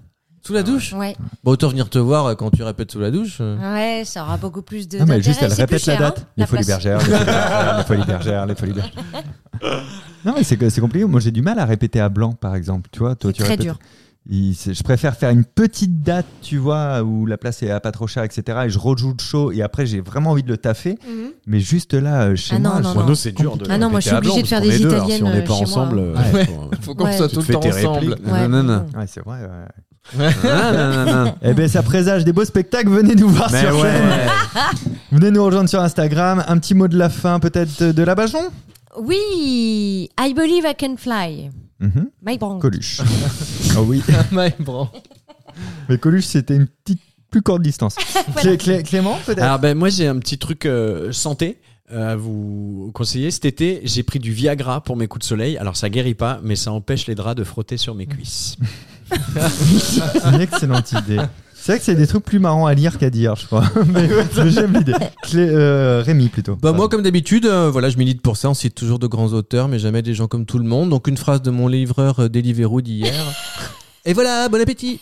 S5: Sous la douche.
S1: Ouais.
S5: Bah autant venir te voir euh, quand tu répètes sous la douche. euh.
S1: Ouais, ça aura beaucoup plus de.
S3: Non, mais
S1: d'intérêt,
S3: juste elle
S1: c'est plus
S3: répète la
S1: cher,
S3: date.
S1: hein,
S3: les
S1: la
S3: folies
S1: place.
S3: bergères, les folies bergères, les folies bergères, les folies bergères.
S1: [laughs]
S3: Non mais c'est que- c'est compliqué. Moi j'ai du mal à répéter à blanc par exemple. Tu vois, toi
S1: C'est
S3: tu
S1: très
S3: répètes.
S1: dur.
S3: Il- c'est- je préfère faire une petite date, tu vois, où la place est à pas trop cher, etc. Et je rejoue le show et après j'ai vraiment envie de le taffer.
S1: Mhm.
S3: Mais juste là euh, chez
S1: Ah non,
S3: moi,
S1: non,
S3: je-
S1: non.
S4: nous, c'est dur de.
S1: Ah non, moi, je suis
S4: répéter à
S1: obligée de
S4: blanc,
S1: faire
S4: parce
S1: des
S4: qu'on est deux, alors, Si on
S1: italiennes,
S4: n'est pas
S1: euh, chez moi.
S4: ensemble. euh,
S5: Ouais.
S4: faut-
S5: Faut
S1: qu'on
S5: qu'on
S1: Ouais. soit
S4: [laughs]
S5: soit
S4: Tu te
S5: tout le
S4: fais
S5: temps
S4: tes
S5: ensemble.
S4: répliques.
S1: Ouais,
S4: Non, non,
S1: mais
S4: non.
S1: bon.
S3: Ouais, c'est vrai. ouais.
S4: Nanana.
S3: Eh ben, ça présage des beaux spectacles. Venez nous voir
S4: Mais
S3: sur scène.
S4: ouais.
S3: Venez nous rejoindre sur Instagram. Un petit mot de la fin, peut-être de la Bajon
S1: Oui, I believe I can fly. Mike Brandt.
S3: [laughs] Coluche. Ah oui.
S5: Ouais, bon.
S3: [laughs] Mais Coluche, c'était une petite plus courte distance. Clé- Clé- Clément, peut-être
S4: Alors ben moi j'ai un petit truc euh, santé euh, à vous conseiller. Cet été j'ai pris du Viagra pour mes coups de soleil. Alors ça guérit pas, mais ça empêche les draps de frotter sur
S3: [laughs]
S4: mes cuisses.
S3: C'est une excellente idée. C'est vrai que c'est des trucs plus marrants à lire qu'à dire, je crois. [laughs] Mais, mais j'aime l'idée. Clé- euh, Rémi, plutôt.
S5: Bah moi comme d'habitude, euh, voilà, je milite pour ça. On cite toujours de grands auteurs, mais jamais des gens comme tout le monde. Donc une phrase de mon livreur euh, Deliveroo d'hier. Et voilà, bon appétit.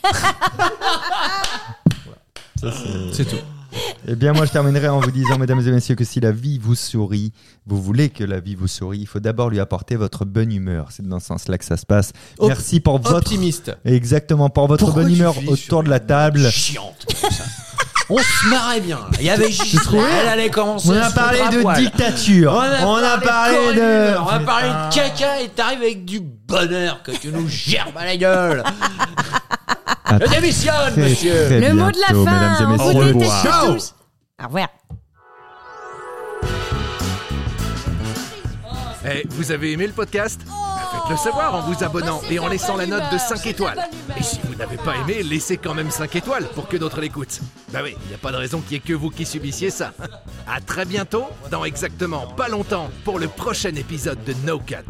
S3: Ça, c'est-
S5: C'est tout.
S3: Eh bien, moi, je terminerai en vous disant, mesdames et messieurs, que si la vie vous sourit, vous voulez que la vie vous sourit, il faut d'abord lui apporter votre bonne humeur. C'est dans ce sens-là que ça se passe.
S5: Op-
S3: Merci pour votre
S5: Optimiste.
S3: Exactement, pour votre
S4: Pourquoi
S3: bonne
S4: tu
S3: humeur
S4: vis sur
S3: autour de la table.
S4: Chiante. comme ça. On se marrait bien. là. Il y avait Gilles. Elle allait commencer.
S3: On
S4: à
S3: a
S4: se
S3: parlé
S4: foutre à
S3: de
S4: poil.
S3: dictature.
S4: On a,
S3: parlé
S4: corps
S3: de.
S4: et d'humeur. On a parlé de caca et t'arrives avec du bonheur que tu nous gerbes à la gueule. Je démissionne,
S3: Très,
S4: monsieur.
S3: très
S1: Le mot de
S3: bientôt,
S1: la fin.
S3: mesdames et
S1: on
S3: messieurs.
S1: vous déteste
S4: revoir.
S1: tous. Au revoir.
S2: Eh, vous avez aimé le podcast Faites-le savoir en vous abonnant et en laissant la note de 5 étoiles. Et si vous n'avez pas aimé, laissez quand même 5 étoiles pour que d'autres l'écoutent. Bah oui, il n'y a pas de raison qu'il n'y ait que vous qui subissiez ça. À très bientôt, dans exactement pas longtemps, pour le prochain épisode de No Cut.